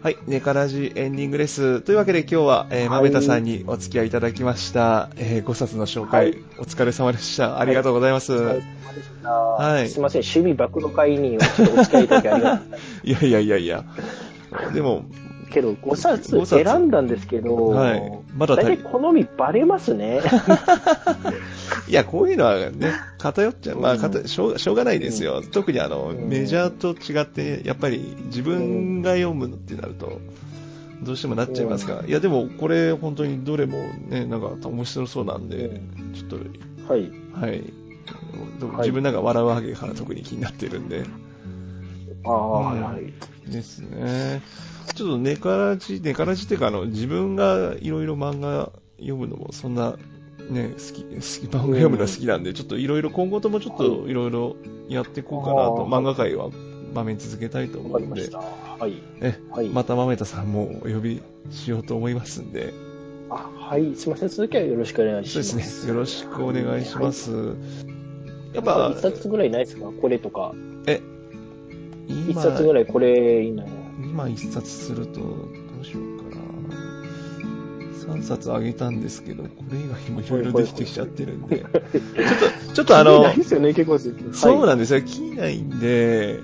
はい、ネカラジエンディングです。というわけで今日は、えー、まはめいたさんにお付き合いいただきました。えー、5冊の紹介、はいお疲れ様でした。ありがとうございます。お疲れい、様でした。はいすいません、趣味暴露会にちょっとお付き合いいただきありがとうございまやいやいやいや。でも、 す。けど、5五冊冊選んだんですけど、はい。まだ大足体り、好みバレますね。いや、こういうのはね、偏っちゃう。まあ、うん偏しょうしょうがないですよ。特にあの、うんメジャーと違って、やっぱり自分が読むのってなると、どうしてもなっちゃいますから。いや、でも、これ、本当にどれもね、なんか面白そうなんで、ちょっと はい。はい。でもはい自分なんか笑うわけから特に気になってるんで。ああ、はい。ですね。ちょっとネカラジ、ネカラジっていうか、あの、自分がいろいろ漫画読むのも、そんな、ね、好き、好き、漫画読むのは好きなんで、ちょっといろいろ、今後ともちょっといろいろやっていこうかなと、あー漫画界は場面続けたいと思うわかりんましでた。、はい。ね、はい。また豆田さんもお呼びしようと思いますんで、あはい。すみません。続きはよろしくお願いしそうま。ですすね、よろしくお願いします。やっまあぱ一、冊ぐらいないですかこれとか。え、一今冊ぐらいこれいない。今一冊すると、どうしようかな。 3冊あげたんですけど、これ以外にもいろいろできてきちゃってるんで、ちょっと、ちょっとあの、ですよね、結構ですよ。そうだ。なんですよ、聞いないんで、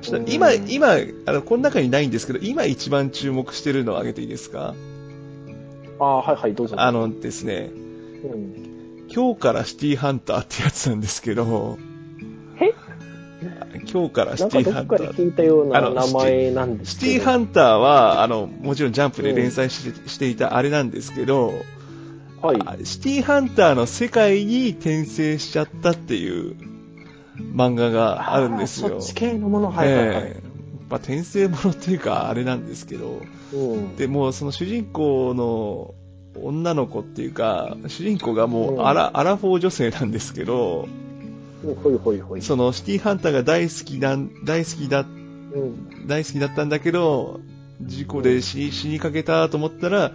ちょっと今、うん今、あの、この中にないんですけど、今一番注目してるのをあげていいですかああ、はいはい、どうぞ。あのですね、うん、今日からシティハンターってやつなんですけど、え今日からなシんかテどィハこンかタでー。聞いたようあなの名前なんですシけテど。ィハンターは、あの、もちろんジャンプで連載し,、していたあれなんですけど、はい。あシティハンターの世界に転生しちゃったっていう漫画があるんですあーそよっ。ち系のもの、はいはいはい。ええまあ、転生ものっていうか、あれなんですけど、うん、でもうその主人公の女の子っていうか、主人公がもううんアラ,、アラフォー女性なんですけど、ほいほいほい。そのシティハンターが大好きなん、大好きだ、うん、大好きだったんだけど、事故で死に死にかけたと思ったら、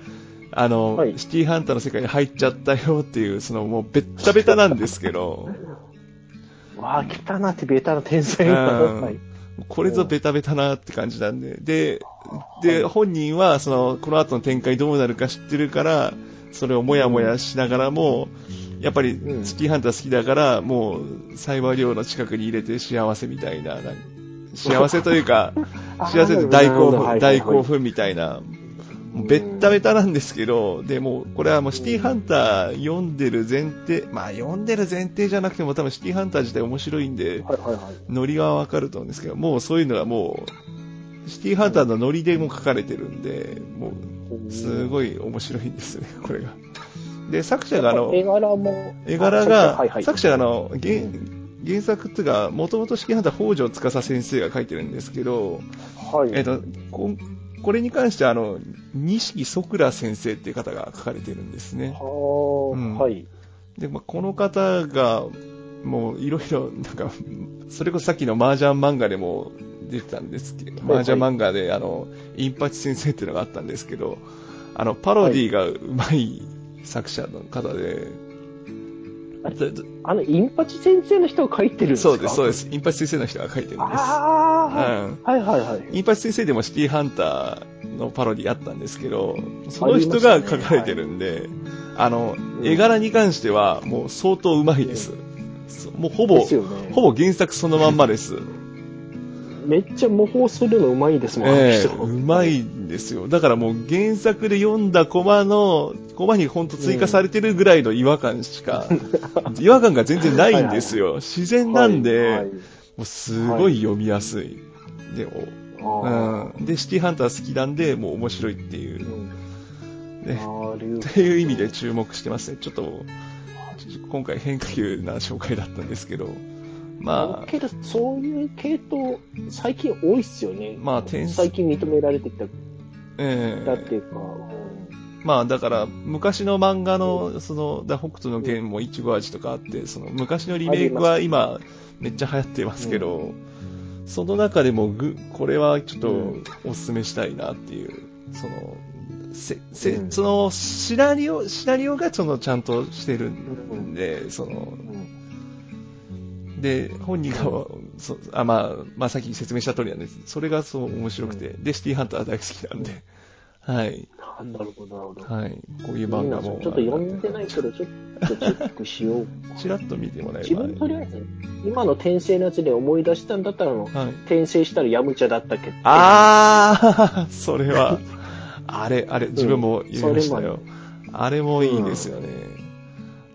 あの、はいシティハンターの世界に入っちゃったよっていう、そのもうベッタベタなんですけど、わあ、来たなってベタな天才うんはい。これぞベタベタなって感じなんで、で、で、本人は、その、この後の展開どうなるか知ってるから、それをもやもやしながらも、やっぱりう、んシティハンター好きだから、もう、サイバー寮の近くに入れて幸せみたいな、なん幸せという か、幸せで大興奮、大興。奮みたいな、もうベッタベタなんですけど、でも、これはもうシティハンター読んでる前提、まあ読んでる前提じゃなくても多分シティハンター自体面白いんで、はいはいはい。ノリはわかると思うんですけど、もうそういうのがもう、シティハンターのノリでも書かれてるんで、もう、すごい面白いんですね、 これが。で、作者があの、絵柄も。絵柄あはいはが、い作者があの、原う原作っていうか、もともとシティハンター北条司先生が書いてるんですけど、はい。えっと、ここれに関しては、あの、錦ソクラ先生っていう方が書かれてるんですね。はうんあ、はい。で、まあ、この方が、もういろいろ、なんか、それこそさっきの麻雀漫画でも出てたんですけど、はいはい麻雀漫画で、あの、インパチ先生っていうのがあったんですけど、あの、パロディーがうまい作者の方で、あれずずあの、インパチ先生の人が書いてるんですか。そうです、そうですす。インパチ先生の人が書いてるんです。あうんあ、はいはいはい。インパチ先生でもシティハンターのパロディあったんですけど、そのありま人したがね書かれてるんで、あの、ん絵柄に関してはもう相当うまいです。そうもうほぼです、よね。ほぼ原作そのまんまです。めっちゃ模倣するのうまいですもん、ええあの人うまいんですよ。だからもう原作で読んだコマの、コマにほんと追加されてるぐらいの違和感し か、違和感が全然ないんですよ。自然なんで、はいはいもうすごい読みやすい。で、おあうん、で、シティハンター好きなんで、もう面白いっていーう。うんね、なるほどという意味で注目してますね。ちょっと、今回変化球な紹介だったんですけど、まあ、けど、そういう系統、最近多いっすよね。まあ天才最近認められてきたええだっていうか、まあだから昔の漫画のそのだ北斗の剣もいちご味とかあってその昔のリメイクは今めっちゃ流行ってますけど、その中でもぐこれはちょっとおすすめしたいなっていうそのせせ、うんそのシナリオシナリオがそのちゃんとしてるんでそのうんうんで本人がそあ、まあ、まあさっき説明した通りなんですそれがそう面白くて、でシティーハンター大好きなんではいあなるほど、なるほど。はいこういういい漫な画ちょっもと読んでないけど、ちょっとチェックしよう。 ちらっと見てもらえ自ば。分とりあえず、今の転生のやつで思い出したんだったら、あのはい。転生したらヤムチャだったっけあー、それ は、あれ、あれ、自分も言いましたよ。あれもいいですよね。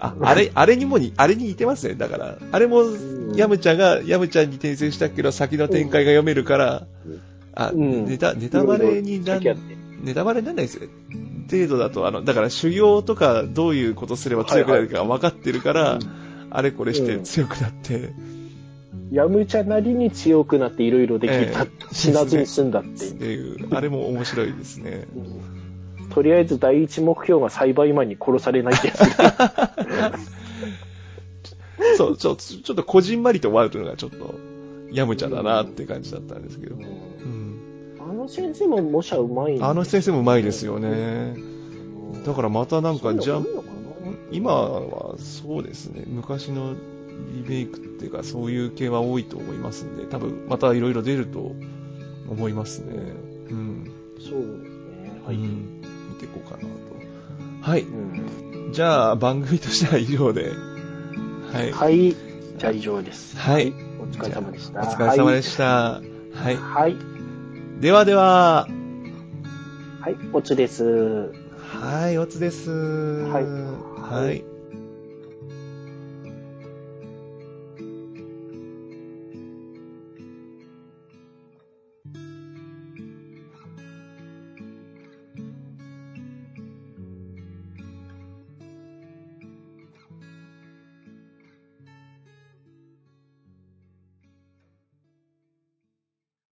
あ、あれ、あれにもに、あれに似てますね。だから、あれも、んヤムちゃんが、ヤムちゃんに転生したけど、先の展開が読めるからうん、あ、うんネタ、ネタバレになんいろいろ書き合ってネタバレにならないですよ。程度だと、あの、だから修行とかどういうことすれば強くなるか分かってるから、あれこれして強くなって、ヤムチャなりに強くなっていろいろできた、ええ死なずに済ん だっていっう。ていう、あれも面白いですね。うんとりあえず第一目標が栽培マンに殺されないってや つ。そう、ちょ、ちょちょっとこじんまりと終わるというのがちょっと、やむちゃだなって感じだったんですけど。うん。あの先生も模写うまいんであの先生もうまいですよね。うんだからまたなんか、ジャそうンいうの多いのかな今はそうですね、昔のリメイクっていうか、そういう系は多いと思いますんで、多分またいろいろ出ると思いますね。うん。そうですね。うはい。ん見ていこうかなと。はい。うんじゃあ、番組としては以上で。はい。はい。じゃあ以上です。はい。お疲れ様でしおた。疲れ様でした。はい。はい。ではでは、はい、おつです。はい、おつです。はいはい。